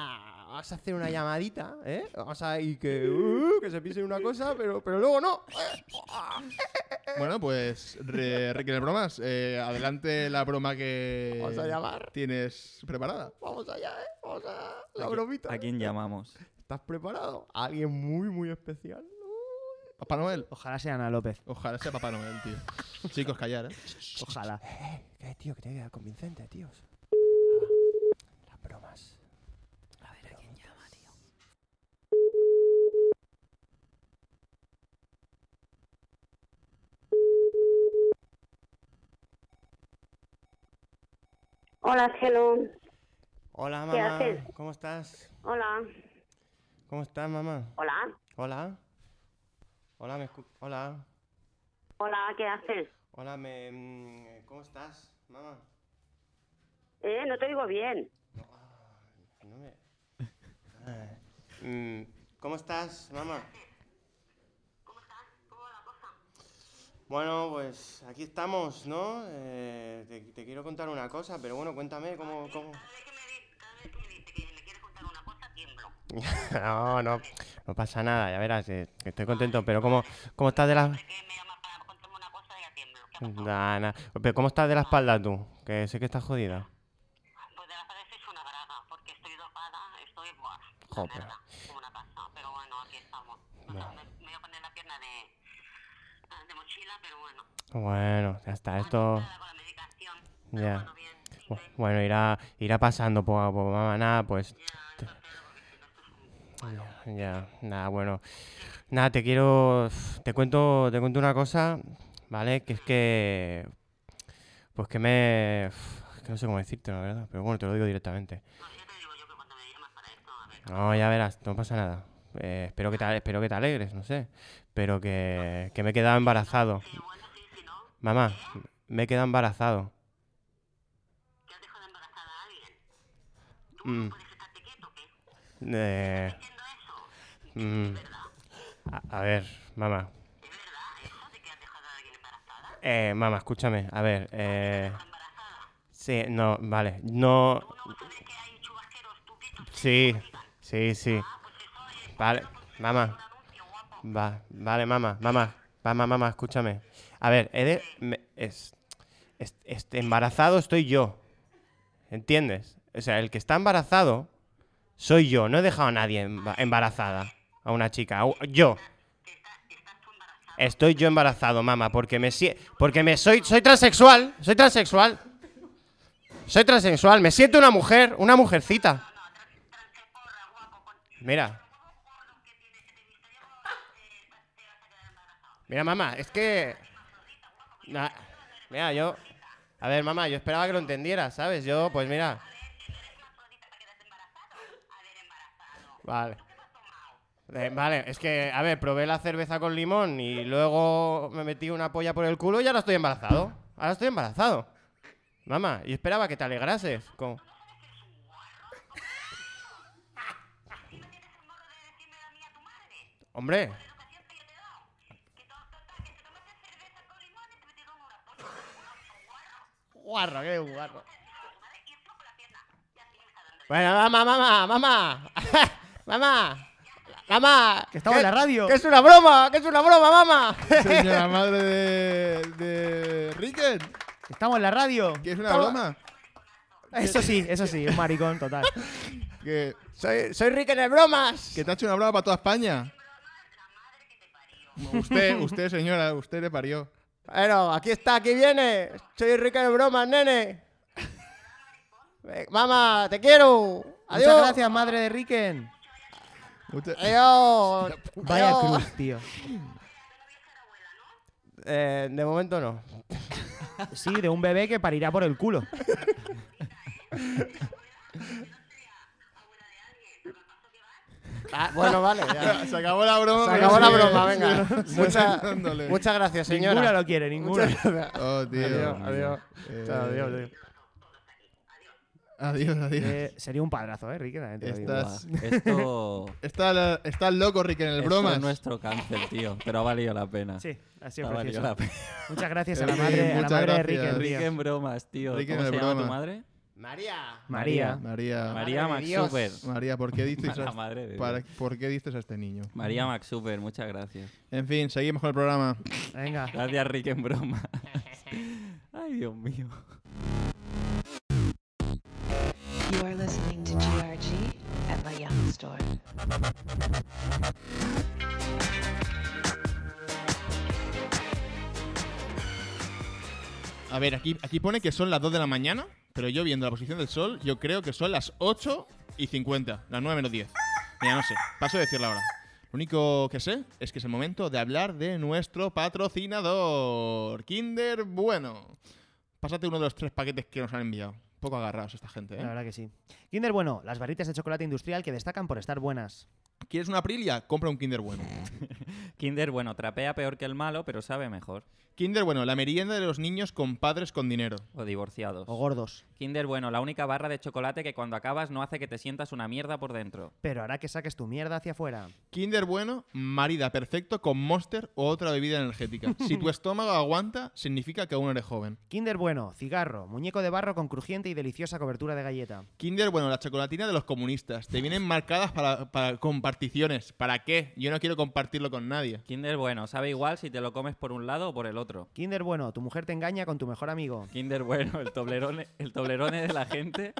L: Vamos a hacer una llamadita, ¿eh? Vamos a ir que... uh, que se pise una cosa, pero, pero luego no.
B: Eh, Bueno, pues, re- Ricken el Bromas, eh, adelante la broma que
L: <laughs> Vamos a llamar.
B: tienes preparada.
L: Vamos allá, ¿eh? Vamos a la
A: ¿A qui-
L: bromita.
A: ¿A
B: ¿eh?
A: quién llamamos?
L: ¿Estás preparado? A alguien muy, muy especial.
B: Papá Noel.
C: Ojalá sea Ana López.
B: Ojalá sea Papá Noel, tío. Chicos, callar, ¿eh?
C: Ojalá.
L: Eh, que, tío, que tiene que quedar convincente, tíos. Las bromas. A ver, ¿a quién llama, tío?
M: Hola, hello.
L: Hola,
M: ¿Qué
L: mamá.
M: haces?
L: ¿Cómo estás?
M: Hola.
L: ¿Cómo estás, mamá?
M: Hola.
L: Hola. Hola, me escu- Hola.
M: Hola, ¿qué haces?
L: Hola, me... mm, ¿Cómo estás, mamá?
M: Eh, no te digo bien.
L: No me... Ah, mm, ¿Cómo estás, mamá? Bueno, pues aquí estamos, ¿no? Eh, te, te quiero contar una cosa, pero bueno, cuéntame cómo... cómo... <laughs> No, no, no pasa nada, ya verás, que que estoy contento, pero ¿cómo, cómo estás de la... Nah, nah, Pero ¿cómo estás de la espalda tú? Que sé que estás jodida. Pues de la espalda estoy una braga, porque estoy dopada, estoy como una pasa, pero bueno, aquí estamos. ah, me voy a poner la pierna de, mochila, pero bueno. Bueno, ya está, esto... Ya. Bu- Bueno, irá, irá pasando poco a poco, mamá, nada, pues... te- Ya, ya, nada, bueno. Nada, te quiero... Te cuento, te cuento una cosa, ¿vale? Que es que... Pues que me... es que no sé cómo decirte, la verdad, pero bueno, te lo digo directamente. No, ya verás, no pasa nada. Eh, espero, que te, ale- espero que te alegres, no sé. Pero que, que me he quedado embarazado. Mamá, me he quedado embarazado. Mm. Eh, mm. A, a ver, mamá. Eh, mamá, escúchame. A ver, eh... Sí, no, vale. No... Sí, sí, sí. Vale, mamá. Va, vale, mamá, mamá. Mamá, mamá, escúchame. A ver, he de- me- es, es- este, embarazado estoy yo. ¿Entiendes? O sea, el que está embarazado soy yo. No he dejado a nadie emba- embarazada. A una chica. a- Yo. Estoy yo embarazado, mamá, porque me sie- porque me soy soy transexual, soy transexual. Soy transexual, me siento una mujer, una mujercita. Mira. Mira, mamá, es que Na- Mira, yo A ver, mamá, yo esperaba que lo entendieras, ¿sabes? Yo pues mira. Vale. Eh, vale, es que, a ver, probé la cerveza con limón y luego me metí una polla por el culo y ahora estoy embarazado. Ahora estoy embarazado. Mamá, yo esperaba que te alegrases. Con... Hombre. Guarro, qué guarro. Bueno, mamá, mamá, mamá. <laughs> mamá. Mamá.
C: Que estaba en la radio.
L: Que es una broma, que es una broma, mamá.
B: Señora madre de, de Ricken,
C: Estamos en la radio.
B: que es una
L: Toma.
B: broma.
C: Eso sí, eso sí, un maricón total.
B: <laughs> Que,
L: soy, soy rica en el bromas. <laughs>
B: que te ha hecho una broma para toda España. Usted, usted, señora, usted le parió.
L: Bueno, aquí está, aquí viene. Soy rica en bromas, nene. Eh, Mamá, te quiero. <laughs> Adiós.
C: Muchas gracias, madre de Riken.
L: Adiós.
C: Vaya
L: Adiós.
C: cruz, tío.
L: Eh, de momento no.
C: Sí, de un bebé que parirá por
L: <laughs>
C: el culo.
L: Ah, bueno,
B: <laughs>
L: vale. ya.
B: Se acabó la broma,
L: Se
B: pero
L: acabó la
B: sigue-
L: broma, venga.
B: <laughs> sigue- sigue
L: Mucha-
B: dándole.
L: muchas gracias, señora.
C: Ninguna lo quiere, ninguna.
L: Muchas gracias.
B: Oh, tío.
L: Adiós, adiós.
B: Eh,
L: Chao, adiós, adiós.
B: Adiós, adiós.
C: Eh, sería un padrazo, ¿eh, Riken? También te lo digo. <laughs>
B: Estás.
A: Buah, <laughs> esto-
B: está, la- está loco, Rick, en el
A: Esto
B: bromas.
A: es nuestro cáncer, tío. Pero ha valido la pena.
C: Sí, ha sido
A: Ha valido
C: precioso.
A: la pena.
C: Muchas gracias
A: <laughs>
C: a
B: Eh,
C: la madre, a la
B: muchas
C: madre de
B: gracias.
C: Riken.
A: Rick
C: tío.
A: en bromas, tío.
B: Rick en
A: ¿Cómo se
B: el
A: llama tu
B: broma.
A: madre?
L: María.
C: María.
B: María.
A: María
L: Madre de Dios.
A: Maxuper.
B: María, ¿por qué
A: <laughs>
B: disteis
A: Mala
B: a-
A: madre de Dios.
B: para- ¿por qué disteis a este niño?
A: María Maxuper, muchas gracias.
B: En fin, seguimos con el programa.
C: Venga.
A: Gracias, Rick en
C: <laughs>
A: broma. Ay, Dios mío.
N: You are listening to GRG at La Young Store.
B: A ver, aquí, aquí pone que son las 2 de la mañana, pero yo viendo la posición del sol, yo creo que son las 8 y 50, las 9 menos 10. Mira, no sé, paso de decirla ahora. Lo único que sé es que es el momento de hablar de nuestro patrocinador, Kinder Bueno. Pásate uno de los tres paquetes que nos han enviado. Un poco agarrados esta gente,
C: La
B: ¿eh?
C: verdad que sí. Kinder Bueno, las barritas de chocolate industrial que destacan por estar buenas.
B: ¿Quieres una Aprilia? Compra un Kinder Bueno.
A: Kinder, bueno, trapea peor que el malo, pero sabe mejor.
B: Kinder Bueno, la merienda de los niños con padres con dinero.
A: O divorciados.
C: O gordos.
A: Kinder, bueno, la única barra de chocolate que cuando acabas no hace que te sientas una mierda por dentro.
C: Pero hará que saques tu mierda hacia afuera.
B: Kinder Bueno, marida perfecto con Monster o otra bebida
C: <laughs>
B: energética. Si tu estómago aguanta, significa que aún eres joven.
C: Kinder Bueno, cigarro, muñeco de barro con crujiente y deliciosa cobertura de galleta.
B: Kinder, bueno, la chocolatina de los comunistas. Te vienen marcadas para, para- con particiones. ¿Para qué? Yo no quiero compartirlo con nadie.
A: Kinder, bueno, sabe igual si te lo comes por un lado o por el otro.
C: Kinder Bueno, tu mujer te engaña con tu mejor amigo.
A: Kinder, bueno, el toblerone, el toblerone de la gente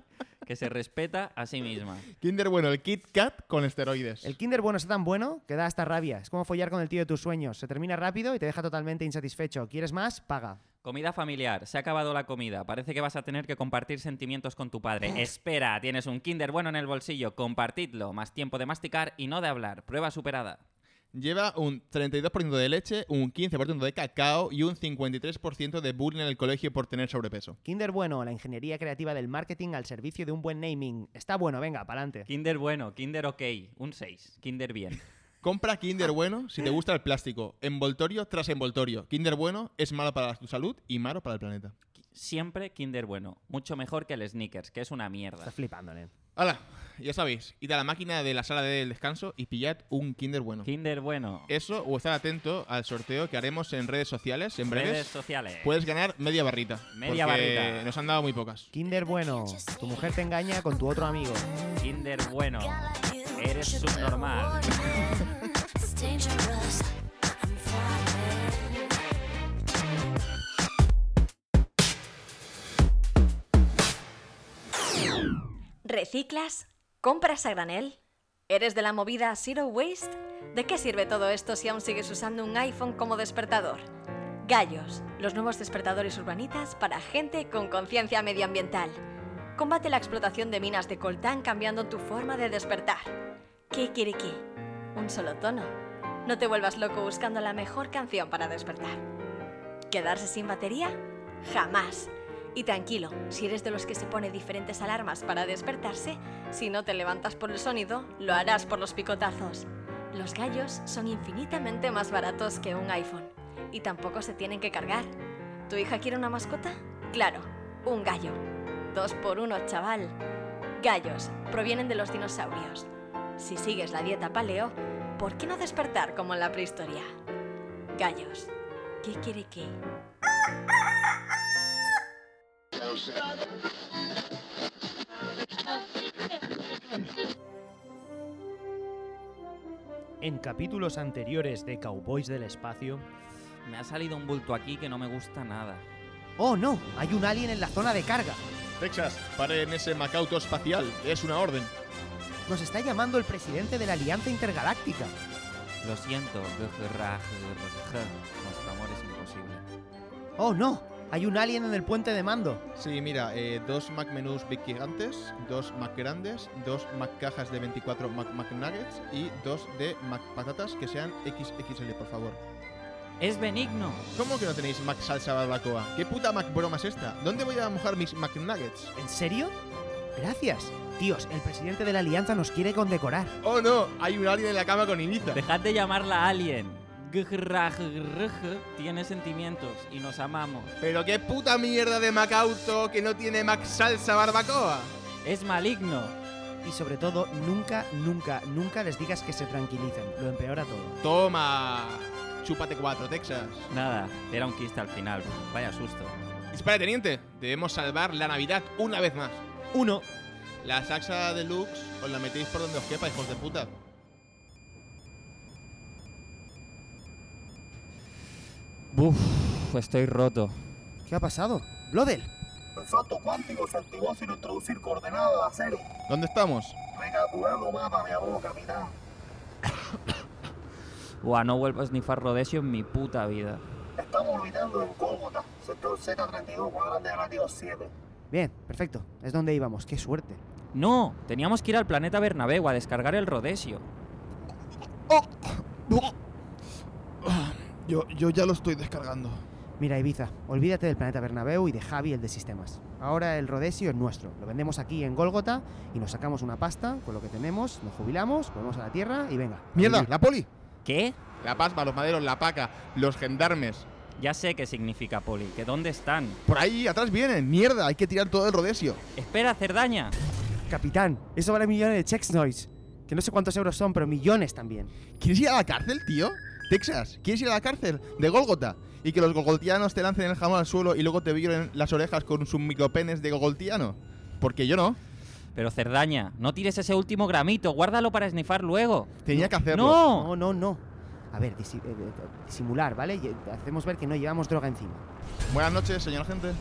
A: que se respeta a sí misma.
B: Kinder, bueno, el Kit Kat con esteroides.
C: El Kinder Bueno está tan bueno que da hasta rabia. Es como follar con el tío de tus sueños. Se termina rápido y te deja totalmente insatisfecho. ¿Quieres más? Paga.
A: Comida familiar, se ha acabado la comida. Parece que vas a tener que compartir sentimientos con tu padre. Espera, tienes un Kinder bueno en el bolsillo, compartidlo. Más tiempo de masticar y no de hablar. Prueba superada.
B: Lleva un 32% de leche, un 15% de cacao y un 53% de bullying en el colegio por tener sobrepeso.
C: Kinder Bueno, la ingeniería creativa del marketing al servicio de un buen naming. Está bueno, venga, pa'lante.
A: Kinder bueno, Kinder ok, un 6. Kinder bien.
B: Compra Kinder Bueno si te gusta el plástico. Envoltorio tras envoltorio. Kinder Bueno es malo para tu salud y malo para el planeta.
A: Siempre Kinder bueno, mucho mejor que el Snickers, que es una mierda.
C: Está flipándole.
B: Hola, ya sabéis, id a la máquina de la sala del descanso y pillad un Kinder Bueno.
A: Kinder bueno.
B: Eso, o estar atento al sorteo que haremos en redes sociales en breves.
A: Redes sociales.
B: Puedes ganar media barrita.
A: Media
B: porque
A: barrita.
B: Nos han dado muy pocas.
C: Kinder Bueno, tu mujer te engaña con tu otro amigo.
A: Kinder bueno. Eres subnormal.
D: It's dangerous. I'm falling.
K: ¿Reciclas? ¿Compras a granel? ¿Eres de la movida Zero Waste? ¿De qué sirve todo esto si aún sigues usando un iPhone como despertador? Gallos, los nuevos despertadores urbanitas para gente con conciencia medioambiental. Combate la explotación de minas de coltán cambiando tu forma de despertar. ¿Qué quiere qué? Un solo tono. No te vuelvas loco buscando la mejor canción para despertar. ¿Quedarse sin batería? Jamás. Y tranquilo, si eres de los que se pone diferentes alarmas para despertarse, si no te levantas por el sonido, lo harás por los picotazos. Los gallos son infinitamente más baratos que un iPhone y tampoco se tienen que cargar. ¿Tu hija quiere una mascota? Claro, un gallo. Dos por uno, chaval. Gallos provienen de los dinosaurios. Si sigues la dieta paleo, ¿por qué no despertar como en la prehistoria? Gallos. ¿Qué quiere qué?
C: En capítulos anteriores de Cowboys del Espacio.
A: Me ha salido un bulto aquí que no me gusta nada.
C: ¡Oh no! Hay un alien en la zona de carga.
B: Texas, paren ese macauto espacial. Es una orden.
C: Nos está llamando el presidente de la Alianza Intergaláctica.
A: Lo siento, nuestro amor es imposible.
C: ¡Oh, no! Hay un alien en el puente de mando.
B: Sí, mira, eh, dos Mac menús big gigantes, dos Mac grandes, dos Mac cajas de 24 Mac, Mac nuggets y dos de Mac patatas que sean XXL, por favor.
A: ¡Es benigno!
B: ¿Cómo que no tenéis Mac salsa barbacoa? ¿Qué puta Mac broma es esta? ¿Dónde voy a mojar mis Mac nuggets?
C: ¿En serio? Gracias. Tíos, el presidente de la alianza nos quiere condecorar.
B: ¡Oh no! Hay un alien en la cama con Ibiza.
A: Dejad de llamarla alien. Tiene sentimientos y nos amamos.
B: Pero qué puta mierda de Mac auto que no tiene Mac salsa barbacoa.
A: Es maligno.
C: Y sobre todo, nunca, nunca, nunca les digas que se tranquilicen. Lo empeora todo.
B: Toma. Chúpate cuatro, Texas.
A: Nada, era un quiste al final. Vaya susto.
B: Dispare, teniente. Debemos salvar la Navidad una vez más.
C: Uno.
B: La saxa deluxe os la metéis por donde os quepa, hijos de puta.
A: Buf, estoy roto.
C: ¿Qué ha pasado? ¡Blodel!
O: El salto cuántico se activó sin introducir coordenadas a cero.
B: ¿Dónde estamos?
O: Recalculando mapa, mi amor, capitán.
A: Buah, no vuelvo a snifar Rodesio en mi puta vida.
O: Estamos orbitando en Cólgota, sector Z32, cuadrante de radio 7.
C: Bien, perfecto. Es donde íbamos. ¡Qué suerte!
A: No, teníamos que ir al planeta Bernabéu a descargar el Rodesio.
B: Ah, Yo, yo ya lo estoy descargando.
C: Mira, Ibiza, olvídate del planeta Bernabéu y de Javi, el de sistemas. Ahora el Rodesio es nuestro. Lo vendemos aquí en Gólgota y nos sacamos una pasta con lo que tenemos, nos jubilamos, volvemos a la Tierra y venga. a
B: ¡Mierda!
C: vivir.
B: ¡La poli!
A: ¿Qué?
B: La pasma, los maderos, la paca, los gendarmes.
A: Ya sé qué significa poli, que dónde están.
B: Por ahí atrás vienen. ¡Mierda! Hay que tirar todo el rodesio.
A: Espera, Cerdaña.
C: Capitán, eso vale millones de checks noise. Que no sé cuántos euros son, pero millones también.
B: ¿Quieres ir a la cárcel, tío? Texas, ¿quieres ir a la cárcel? De Golgota. Y que los golgotianos te lancen el jamón al suelo y luego te violen las orejas con sus micropenes de golgotiano. Porque yo no.
A: Pero Cerdaña, no tires ese último gramito, guárdalo para snifar luego.
B: Tenía que hacerlo.
A: ¡No!
C: No, no, no. A ver, disi- eh, eh, disimular, ¿vale? Y, eh, Hacemos ver que no llevamos droga encima.
B: Buenas noches, señor gente.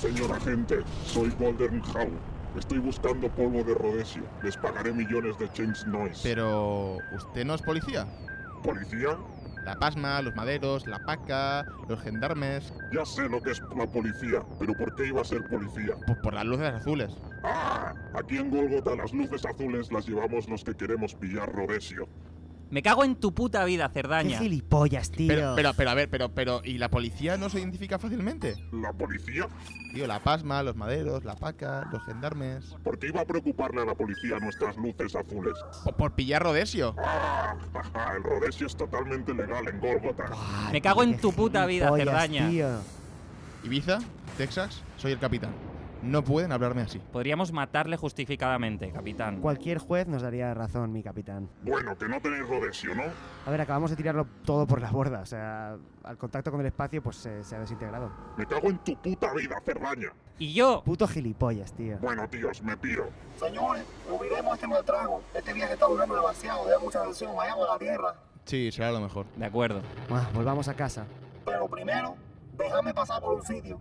O: Señor agente, soy Golden Howe. Estoy buscando polvo de Rodesio. Les pagaré millones de James Noise.
B: Pero. ¿Usted no es policía?
O: ¿Policía?
B: La pasma, los maderos, la paca, los gendarmes.
O: Ya sé lo que es la policía, pero ¿por qué iba a ser policía?
B: Pues por las luces azules.
O: ¡Ah! Aquí en Golgota las luces azules las llevamos los que queremos pillar Rodesio.
A: Me cago en tu puta vida,
C: ¡Qué
A: Cerdaña.
C: gilipollas, tío!
B: Pero, pero, pero, a ver, pero, pero. ¿Y la policía no se identifica fácilmente?
O: ¿La policía?
B: Tío, la pasma, los maderos, la paca, los gendarmes.
O: ¿Por qué iba a preocuparle a la policía nuestras luces azules?
B: Por, por pillar rodesio.
O: ¡Ah! Ajá, el Rodesio es totalmente legal en Golgota.
A: Me cago en
C: Qué
A: tu puta vida,
C: gilipollas,
A: Cerdaña.
C: tío.
B: Ibiza, Texas, soy el capitán. No pueden hablarme así.
A: Podríamos matarle justificadamente, capitán.
C: Cualquier juez nos daría razón, mi capitán.
O: Bueno, que no tenéis Rodesio, ¿no?
C: A ver, acabamos de tirarlo todo por la borda. O sea, al contacto con el espacio, pues se, se ha desintegrado.
O: Me cago en tu puta vida, Cerdaña.
A: Y yo,
C: Puto gilipollas, tío.
O: Bueno, tíos, me piro.
P: Señores, cubriremos este mal trago. Este viaje está durando demasiado. Deja mucha atención. Vayamos a la tierra.
B: Sí, será lo mejor.
A: de acuerdo.
C: Ah, volvamos a casa.
P: Pero primero, déjame pasar por un sitio.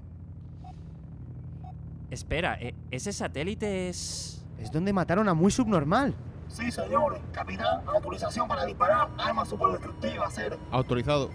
A: Espera, e- ese satélite es.
C: Es donde mataron a muy subnormal.
P: Sí, señores. Capitán, autorización para disparar. Armas superdestructivas, cero.
B: Autorizado.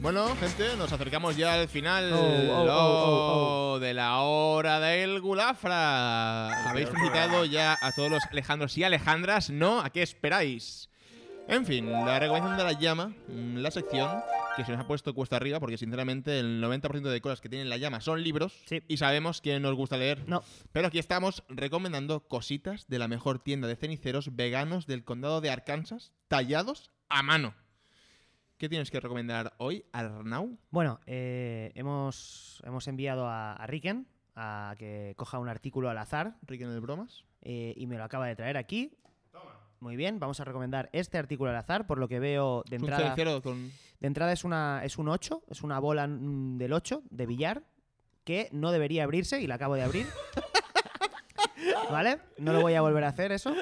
B: Bueno, gente, nos acercamos ya al final
C: Oh, oh, oh,
B: de la hora del Gulafra. Habéis felicitado ya a todos los Alejandros y Alejandras, ¿no? ¿A qué esperáis? En fin, la recomendación de la llama, mm, la sección que se nos ha puesto cuesta arriba porque, sinceramente, el 90% de cosas que tienen la llama son libros y sabemos que nos gusta leer.
C: No.
B: Pero aquí estamos recomendando cositas de la mejor tienda de ceniceros veganos del condado de Arkansas, tallados a mano. ¿Qué tienes que recomendar hoy, Arnau?
C: Bueno, eh, hemos, hemos enviado a, a Riken a que coja un artículo al azar. Eh,
B: ¿Riken el Bromas?
C: y me lo acaba de traer aquí. Muy bien, vamos a recomendar este artículo al azar, por lo que veo de
B: Es un
C: entrada.
B: cenicero con-
C: De entrada es, una, es un 8, es una bola mm, del 8 de billar que no debería abrirse y la acabo de abrir. <laughs> ¿Vale? No lo voy a volver a hacer eso.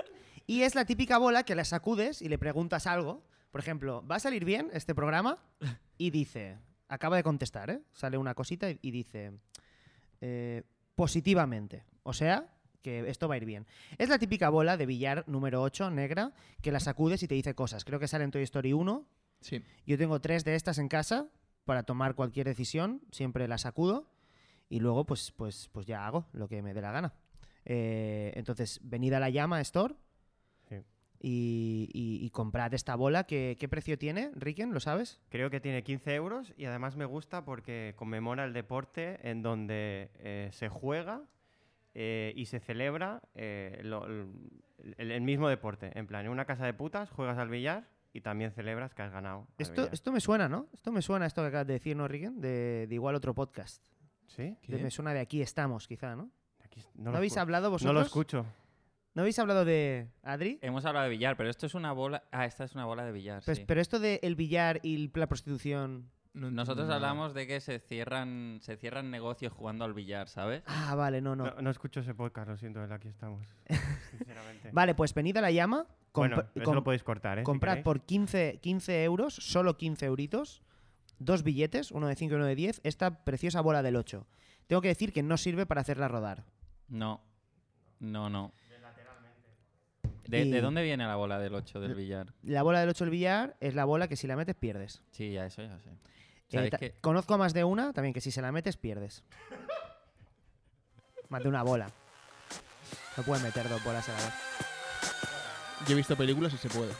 C: Y es la típica bola que la sacudes y le preguntas algo. Por ejemplo, ¿va a salir bien este programa? Y dice, acaba de contestar, ¿eh? Sale una cosita y, y dice, eh, positivamente. O sea, que esto va a ir bien. Es la típica bola de billar número 8, negra, que la sacudes y te dice cosas. Creo que sale en Toy Story 1.
B: Sí.
C: Yo tengo tres de estas en casa para tomar cualquier decisión. Siempre las sacudo y luego pues, pues, pues ya hago lo que me dé la gana. Eh, entonces, venid a la llama Store
L: Sí.
C: y, y- y comprad esta bola. que- ¿Qué precio tiene, Riken? ¿Lo sabes?
L: Creo que tiene 15 euros y además me gusta porque conmemora el deporte en donde eh, se juega eh, y se celebra eh, lo- l- el, el mismo deporte. En plan, en una casa de putas juegas al billar y también celebras que has ganado. al
C: Esto,
L: billar.
C: esto me suena, ¿no? Esto me suena, esto que acabas de decir, ¿no, Riken? De, de igual otro podcast.
L: ¿Sí?
C: De-
L: ¿Qué?
C: me suena de aquí estamos, quizá, ¿no?
L: no
C: ¿No
L: lo
C: habéis
L: escu-
C: hablado
L: no lo
C: vosotros?
L: escucho.
C: ¿No habéis hablado de Adri?
A: Hemos hablado de billar, pero esto es una bola. Ah, esta es una bola de billar.
C: Pues-
A: sí.
C: Pero esto de el billar y el- la prostitución...
A: Nosotros
C: No.
A: hablamos de que se cierran, se cierran negocios jugando al billar, ¿sabes?
C: Ah, vale, no, no.
L: No, escucho ese podcast, lo siento, el aquí
C: <laughs>
L: estamos. Sinceramente.
C: Vale, pues venid a la llama.
L: Bueno,
C: compra-
L: eso
C: com-
L: lo podéis cortar, ¿eh? si
C: Comprad
L: queréis.
C: por 15, 15 euros, solo 15 euritos, dos billetes, uno de 5 y uno de 10, esta preciosa bola del 8. Tengo que decir que no sirve para hacerla rodar.
A: No. No, no. ¿De,
C: Y-
A: de dónde viene la bola del 8 del billar?
C: La bola del 8 del billar es la bola que si la metes pierdes.
A: Sí, ya eso ya sé.
C: Eh,
A: ¿Sabéis
C: ta-
A: que
C: Conozco a más de una también que si se la
B: <laughs>
C: metes pierdes. más de una bola. No puedes meter dos bolas a la vez.
B: Yo he visto películas y se puede.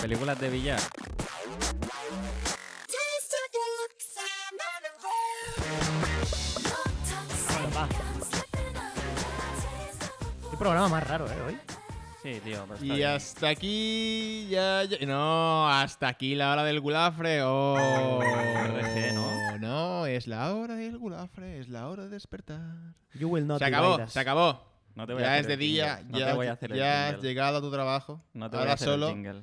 A: películas de billar?
C: Qué programa más raro, ¿eh? Hoy.
A: Sí, tío. pero está
B: Y
A: bien.
B: hasta aquí ya, ya- No, hasta aquí la hora del gulafre. Oh,
A: RG, ¿no?
B: No, es la hora del gulafre, es la hora de despertar.
C: You will not
B: se
C: be
B: acabó,
C: like us.
B: se acabó.
A: No te voy a
B: ya
A: hacer
B: es de
A: el
B: día,
A: jingle, no
B: ya,
A: te voy a hacer el
B: ya has
A: jingle.
B: llegado a tu trabajo.
A: No te
B: ahora
A: voy a hacer
B: solo.
A: el jingle.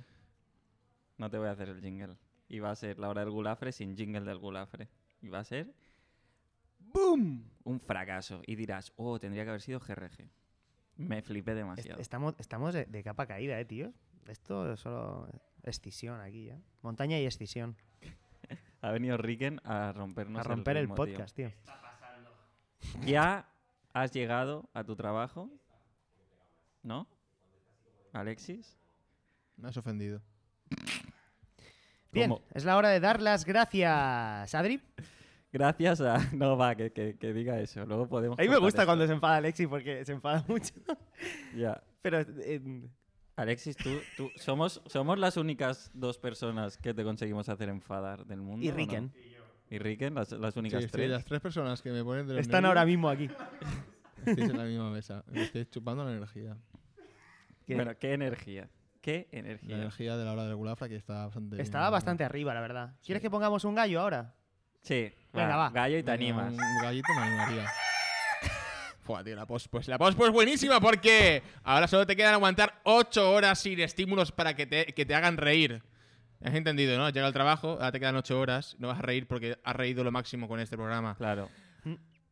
A: No te voy a hacer el jingle. Y va a ser la hora del gulafre sin jingle del gulafre. Y va a ser. ¡Boom! Un fracaso. Y dirás, oh, tendría que haber sido GRG. Me flipé demasiado.
C: Estamos, estamos de, de capa caída, ¿eh, tíos? Esto es solo escisión aquí, ¿eh? Montaña y escisión.
A: Ha venido Riken a rompernos
C: a romper el,
A: ritmo, tío.
C: podcast, tío.
A: Ya has llegado a tu trabajo. ¿No? Alexis.
B: Me has ofendido.
C: Bien,
A: ¿Cómo?
C: es la hora de dar las gracias, Adri.
A: Gracias a. <laughs> No, va, que, que- que diga eso. Luego podemos.
C: A mí me
A: cortar
C: gusta
A: esto.
C: cuando se enfada Alexi porque se enfada <laughs> mucho.
A: Ya.
C: Pero em,
A: Alexis, tú, tú somos, somos las únicas dos personas que te conseguimos hacer enfadar del mundo.
C: Y
A: ¿o no?
C: Riken.
A: Y Riken, las, las únicas
B: Sí, sí,
A: tres.
B: las tres personas que me ponen de los
C: están
B: nervios,
C: ahora mismo aquí.
B: <laughs> Estáis en la misma mesa. Me estáis chupando la energía.
C: ¿Qué?
A: Bueno, qué energía. Qué energía.
B: La energía de la hora del gulafra que está bastante. bien.
C: Estaba bastante arriba, la verdad. ¿Quieres que pongamos un gallo ahora?
A: Sí.
C: Venga, va.
A: Gallo y te
B: Venga,
A: animas.
B: Un gallito me <laughs> animaría. Fua, tío, la post, pues la post pues buenísima porque ahora solo te quedan aguantar 8 horas sin estímulos para que te, que te hagan reír. Has entendido, ¿no? Llega el trabajo, ahora te quedan 8 horas, no vas a reír porque has reído lo máximo con este programa.
A: Claro.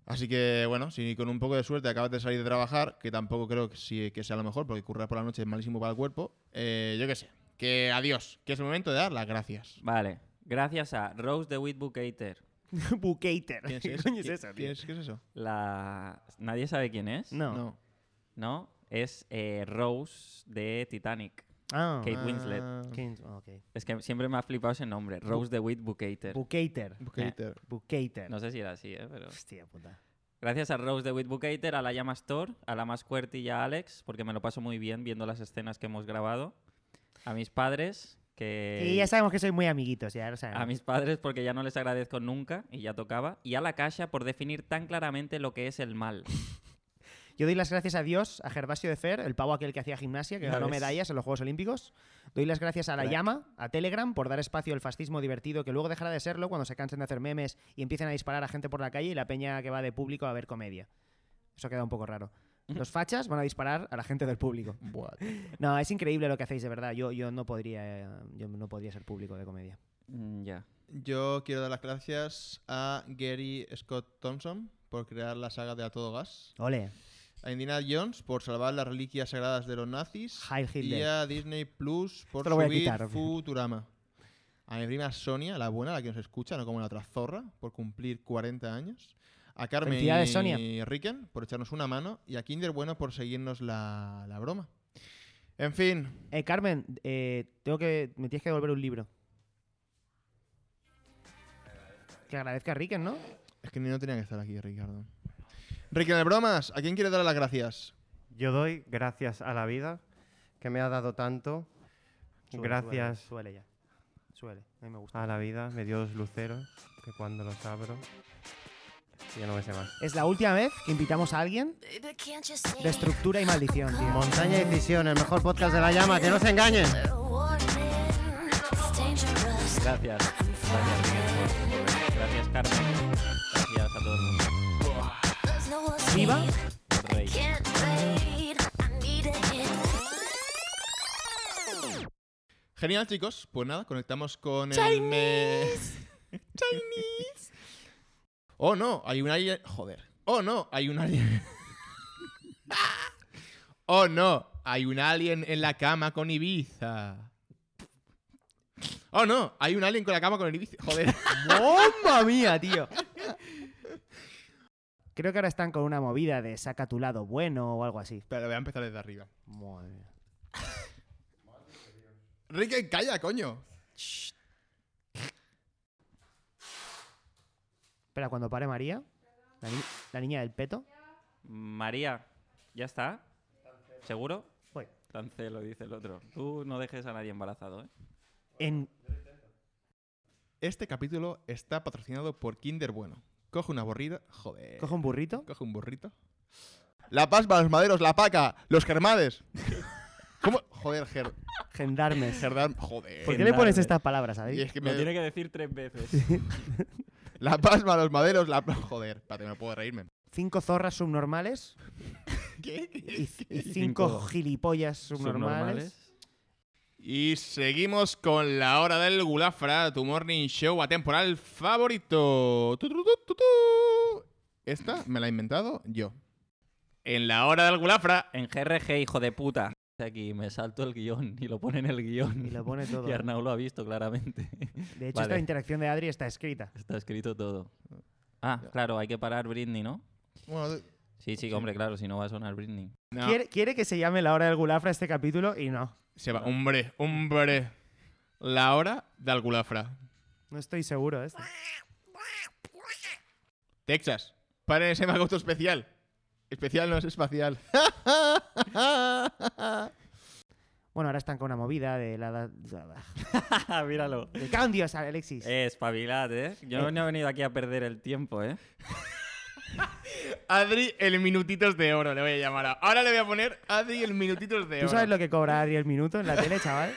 B: Así que, bueno, si con un poco de suerte acabas de salir de trabajar, que tampoco creo que, sí- que sea lo mejor porque currar por la noche es malísimo para el cuerpo, eh, yo qué sé. Que adiós, que es el momento de dar las gracias.
A: Vale. Gracias a Rose the Wit Bookater.
C: <laughs> Bucater.
B: ¿Quién es
C: ¿Qué
B: eso?
C: coño es
B: ¿Qui-
C: eso, tío?
B: quién es- ¿Qué es eso?
A: La... ¿Nadie sabe quién es?
C: No.
B: No.
A: ¿No? Es eh, Rose de Titanic.
C: Ah.
A: Kate Winslet.
B: Ah,
C: ¿Quién- ok.
A: Es que siempre me ha flipado ese nombre. Rose the Wit Bookater.
C: Bucater.
B: Bucater.
C: Bucater.
A: No sé si era así, ¿eh? Pero...
C: Hostia puta.
A: Gracias a Rose de Witbookater, a la Llama Store, a la Más Cuerti y a Alex, porque me lo paso muy bien viendo las escenas que hemos grabado. A mis padres, que...
C: Y ya sabemos que sois muy amiguitos, ya lo
B: Ah,
C: sabemos.
A: A mis padres porque ya no les agradezco nunca y ya tocaba. Y a la Casha por definir tan claramente lo que es el mal.
C: Yo doy las gracias a Dios, a Gervasio de Fer, el pavo aquel que hacía gimnasia, que
A: Ya
C: ganó
A: ves.
C: medallas en los Juegos Olímpicos. Doy las gracias a La
A: Crack.
C: Llama, a Telegram, por dar espacio al fascismo divertido que luego dejará de serlo cuando se cansen de hacer memes y empiecen a disparar a gente por la calle y la peña que va de público a ver comedia. Eso queda un poco raro. Los fachas van a disparar a la gente del público. No, es increíble lo que hacéis, de verdad. Yo, yo, no, podría, eh, yo no podría ser público de comedia.
A: Mm, Ya.
B: Yo quiero dar las gracias a Gary Scott Thompson por crear la saga de A Todo Gas.
C: Ole.
B: A Indiana Jones por salvar las reliquias sagradas de los nazis.
C: Heil Hitler.
B: Y a Disney Plus por
C: Esto lo voy a
B: subir
C: quitar.
B: Futurama. A mi prima Sonia, la buena, la que nos escucha, no como la otra zorra, por cumplir 40 años. A Carmen
C: Felicidades,
B: y
C: Sonia.
B: Riken por echarnos una mano. Y a Kinder Bueno por seguirnos la, la broma. En fin.
C: Eh, Carmen, eh, tengo que, me tienes que devolver un libro. Que agradezca a Riken, ¿no?
B: Es que no tenía que estar aquí, Ricardo. Riken, el bromas, ¿a quién quiere dar las gracias?
L: Yo doy gracias a la vida que me ha dado tanto.
C: Suele,
L: gracias
C: Suele, suele ya. Suele. A mí me gusta.
L: a la vida, me dio dos luceros que cuando los abro ya no me sé más.
C: Es la última vez que invitamos a alguien de estructura y maldición, tío.
L: Montaña y Decisión, el mejor podcast de la llama, que no se engañen.
A: Gracias. Gracias, Miguel, por- por venir. Gracias, Carmen. Gracias a todo el mundo.
C: ¿Viva?
A: Rey.
B: Genial, chicos. Pues nada, conectamos con el. me-
D: Chinese.
B: Oh no, hay un alien. Joder. Oh no, hay un alien. <laughs> oh no, hay un alien en la cama con Ibiza. Oh no, hay un alien con la cama con Ibiza. Joder.
C: ¡Mamma <laughs> mía, tío! Creo que ahora están con una movida de saca tu lado bueno o algo así.
B: Pero voy a empezar desde arriba.
C: Madre mía.
B: Ricky, <laughs> calla, coño.
C: Espera, cuando pare María, la, ni- la niña del peto.
A: María, ¿ya está? ¿Seguro?
C: Voy.
A: Cancelo, dice el otro. Tú no dejes a nadie embarazado, ¿eh?
C: En...
B: Este capítulo está patrocinado por Kinder Bueno. Coge una borrida. Joder.
C: ¿Coge un burrito?
B: Coge un burrito. La paz para los maderos, la paca, los germades. <laughs> ¿Cómo? Joder, ger...
C: Gendarmes.
B: Gerdam- Joder.
C: ¿Por qué le pones estas palabras, sabéis?
B: Y es que
A: Lo
B: me-
A: tiene que decir tres
C: <laughs>
A: veces.
B: La pasma, los maderos, la... Joder, espérate, no puedo reírme.
C: Cinco zorras subnormales
B: <laughs>
C: y, c- y cinco
B: Cinco
C: gilipollas subnormales.
B: Y seguimos con la hora del gulafra, tu morning show atemporal favorito. Tu, tu, tu, tu, tu. Esta me la he inventado yo. En la hora del gulafra.
A: En GRG, hijo de puta. Dice Aquí me salto el guión y lo pone en el guión.
C: Y lo pone
A: <laughs>
C: todo.
A: Y Arnau lo ha visto claramente.
C: De hecho,
A: Vale,
C: esta interacción de Adri está escrita.
A: está escrito todo. Ah, claro, hay que parar Britney, ¿no?
B: Bueno,
A: Sí, sí, hombre, claro, si no va a sonar Britney.
B: no. <laughs>
C: Quiere, quiere que se llame la hora del gulafra este capítulo y no.
B: Se va. Hombre, hombre. La hora del gulafra.
C: No estoy seguro de esto.
B: Texas. Para ese magoto especial. Especial no es espacial.
C: <laughs> Bueno, ahora están con una movida de la... da-
B: Ah,
A: Míralo.
C: De cambios, Alexis.
A: Eh, espabilad, ¿eh? Yo
C: Eh. Ah,
A: no he venido aquí a perder el tiempo, ¿eh?
B: Adri, el minutitos de oro, le voy a llamar. a- Ahora le voy a poner Adri, el minutitos de
C: ¿Tú
B: oro.
C: sabes lo que cobra Adri el minuto en la
B: <laughs>
C: tele, chaval?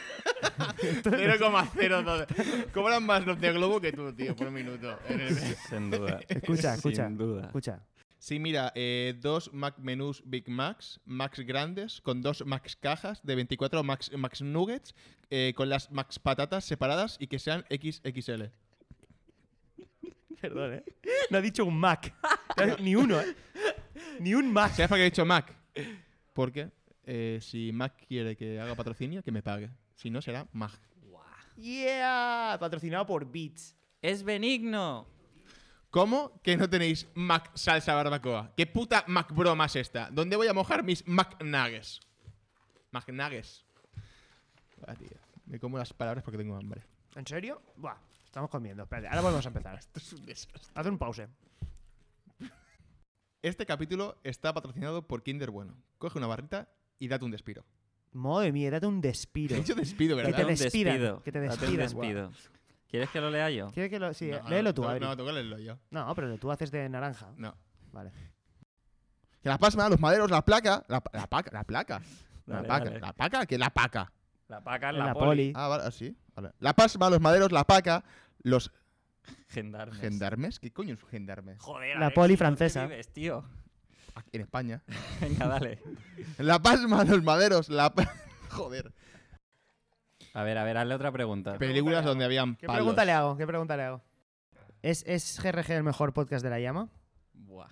B: 0,02. Cobran más los de Globo que tú, tío, por minuto.
A: Sin duda.
C: Escucha, escucha.
A: Sin duda.
C: Escucha.
B: Sí, mira, eh, dos Mac menús Big Macs, Macs grandes, con dos Max cajas de 24 Max, Max Nuggets, eh, con las Max patatas separadas y que sean XXL.
C: Perdón, ¿eh? No ha dicho un Mac. Ni uno, ¿eh? Ni un Mac.
B: ¿Sabes para qué he dicho Mac? Porque eh, si Mac quiere que haga patrocinio, que me pague. Si no, será Mac.
C: Yeah. Patrocinado por Beats.
A: ¡Es benigno!
B: ¿Cómo que no tenéis Mac salsa barbacoa? ¿Qué puta Mac broma es esta? ¿Dónde voy a mojar mis Mac nuggets? Mac nuggets. Ah, tío, Me como las palabras porque tengo hambre.
C: ¿En serio? Buah, estamos comiendo. Espérate, ahora volvemos a empezar.
B: Esto es un desastre.
C: Haz un pause.
B: Este capítulo está patrocinado por Kinder Bueno. Coge una barrita y date un despiro.
C: Madre mía, date un
B: <laughs>
C: despido.
B: Yo despido, ¿verdad?
C: Que te
B: Un
C: despidan.
B: despido.
C: Que te
B: Date un
C: despidan.
B: despido.
A: ¿Quieres que lo lea yo?
C: ¿Quieres que lo- Sí,
B: No,
C: léelo
B: no,
C: tú,
B: no,
C: Adri.
B: no, tengo que leerlo yo.
C: No, pero tú haces de naranja.
B: No.
C: Vale.
B: Que la pasma, los maderos, la placa. La, la paca, la placa.
A: Dale,
B: la paca,
A: dale.
B: la paca, que la paca.
A: La paca en
B: En
A: la, poli.
B: Ah, vale, así. Vale. La pasma, los maderos, la paca, los
A: Gendarmes.
B: gendarmes. ¿Qué coño es un gendarme?
A: Joder,
C: La
A: Alexis,
C: poli
A: ¿dónde
C: francesa.
A: vives, tío?
B: En España.
A: <laughs> Venga, dale.
B: La pasma, los maderos, la. pa- <laughs> Joder.
A: A ver, a ver, hazle otra pregunta.
B: Películas donde habían
C: ¿Qué
B: palos.
C: pregunta le hago? ¿Qué pregunta le hago? ¿Es, ¿Es GRG el mejor podcast de la llama? <laughs>
A: Buah.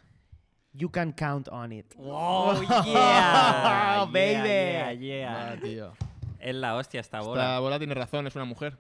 C: You can count on it. <laughs>
A: Oh, yeah.
C: baby.
A: Yeah, yeah, yeah.
B: Ah, tío.
A: Es la hostia esta bola.
B: La bola tiene razón, es una mujer.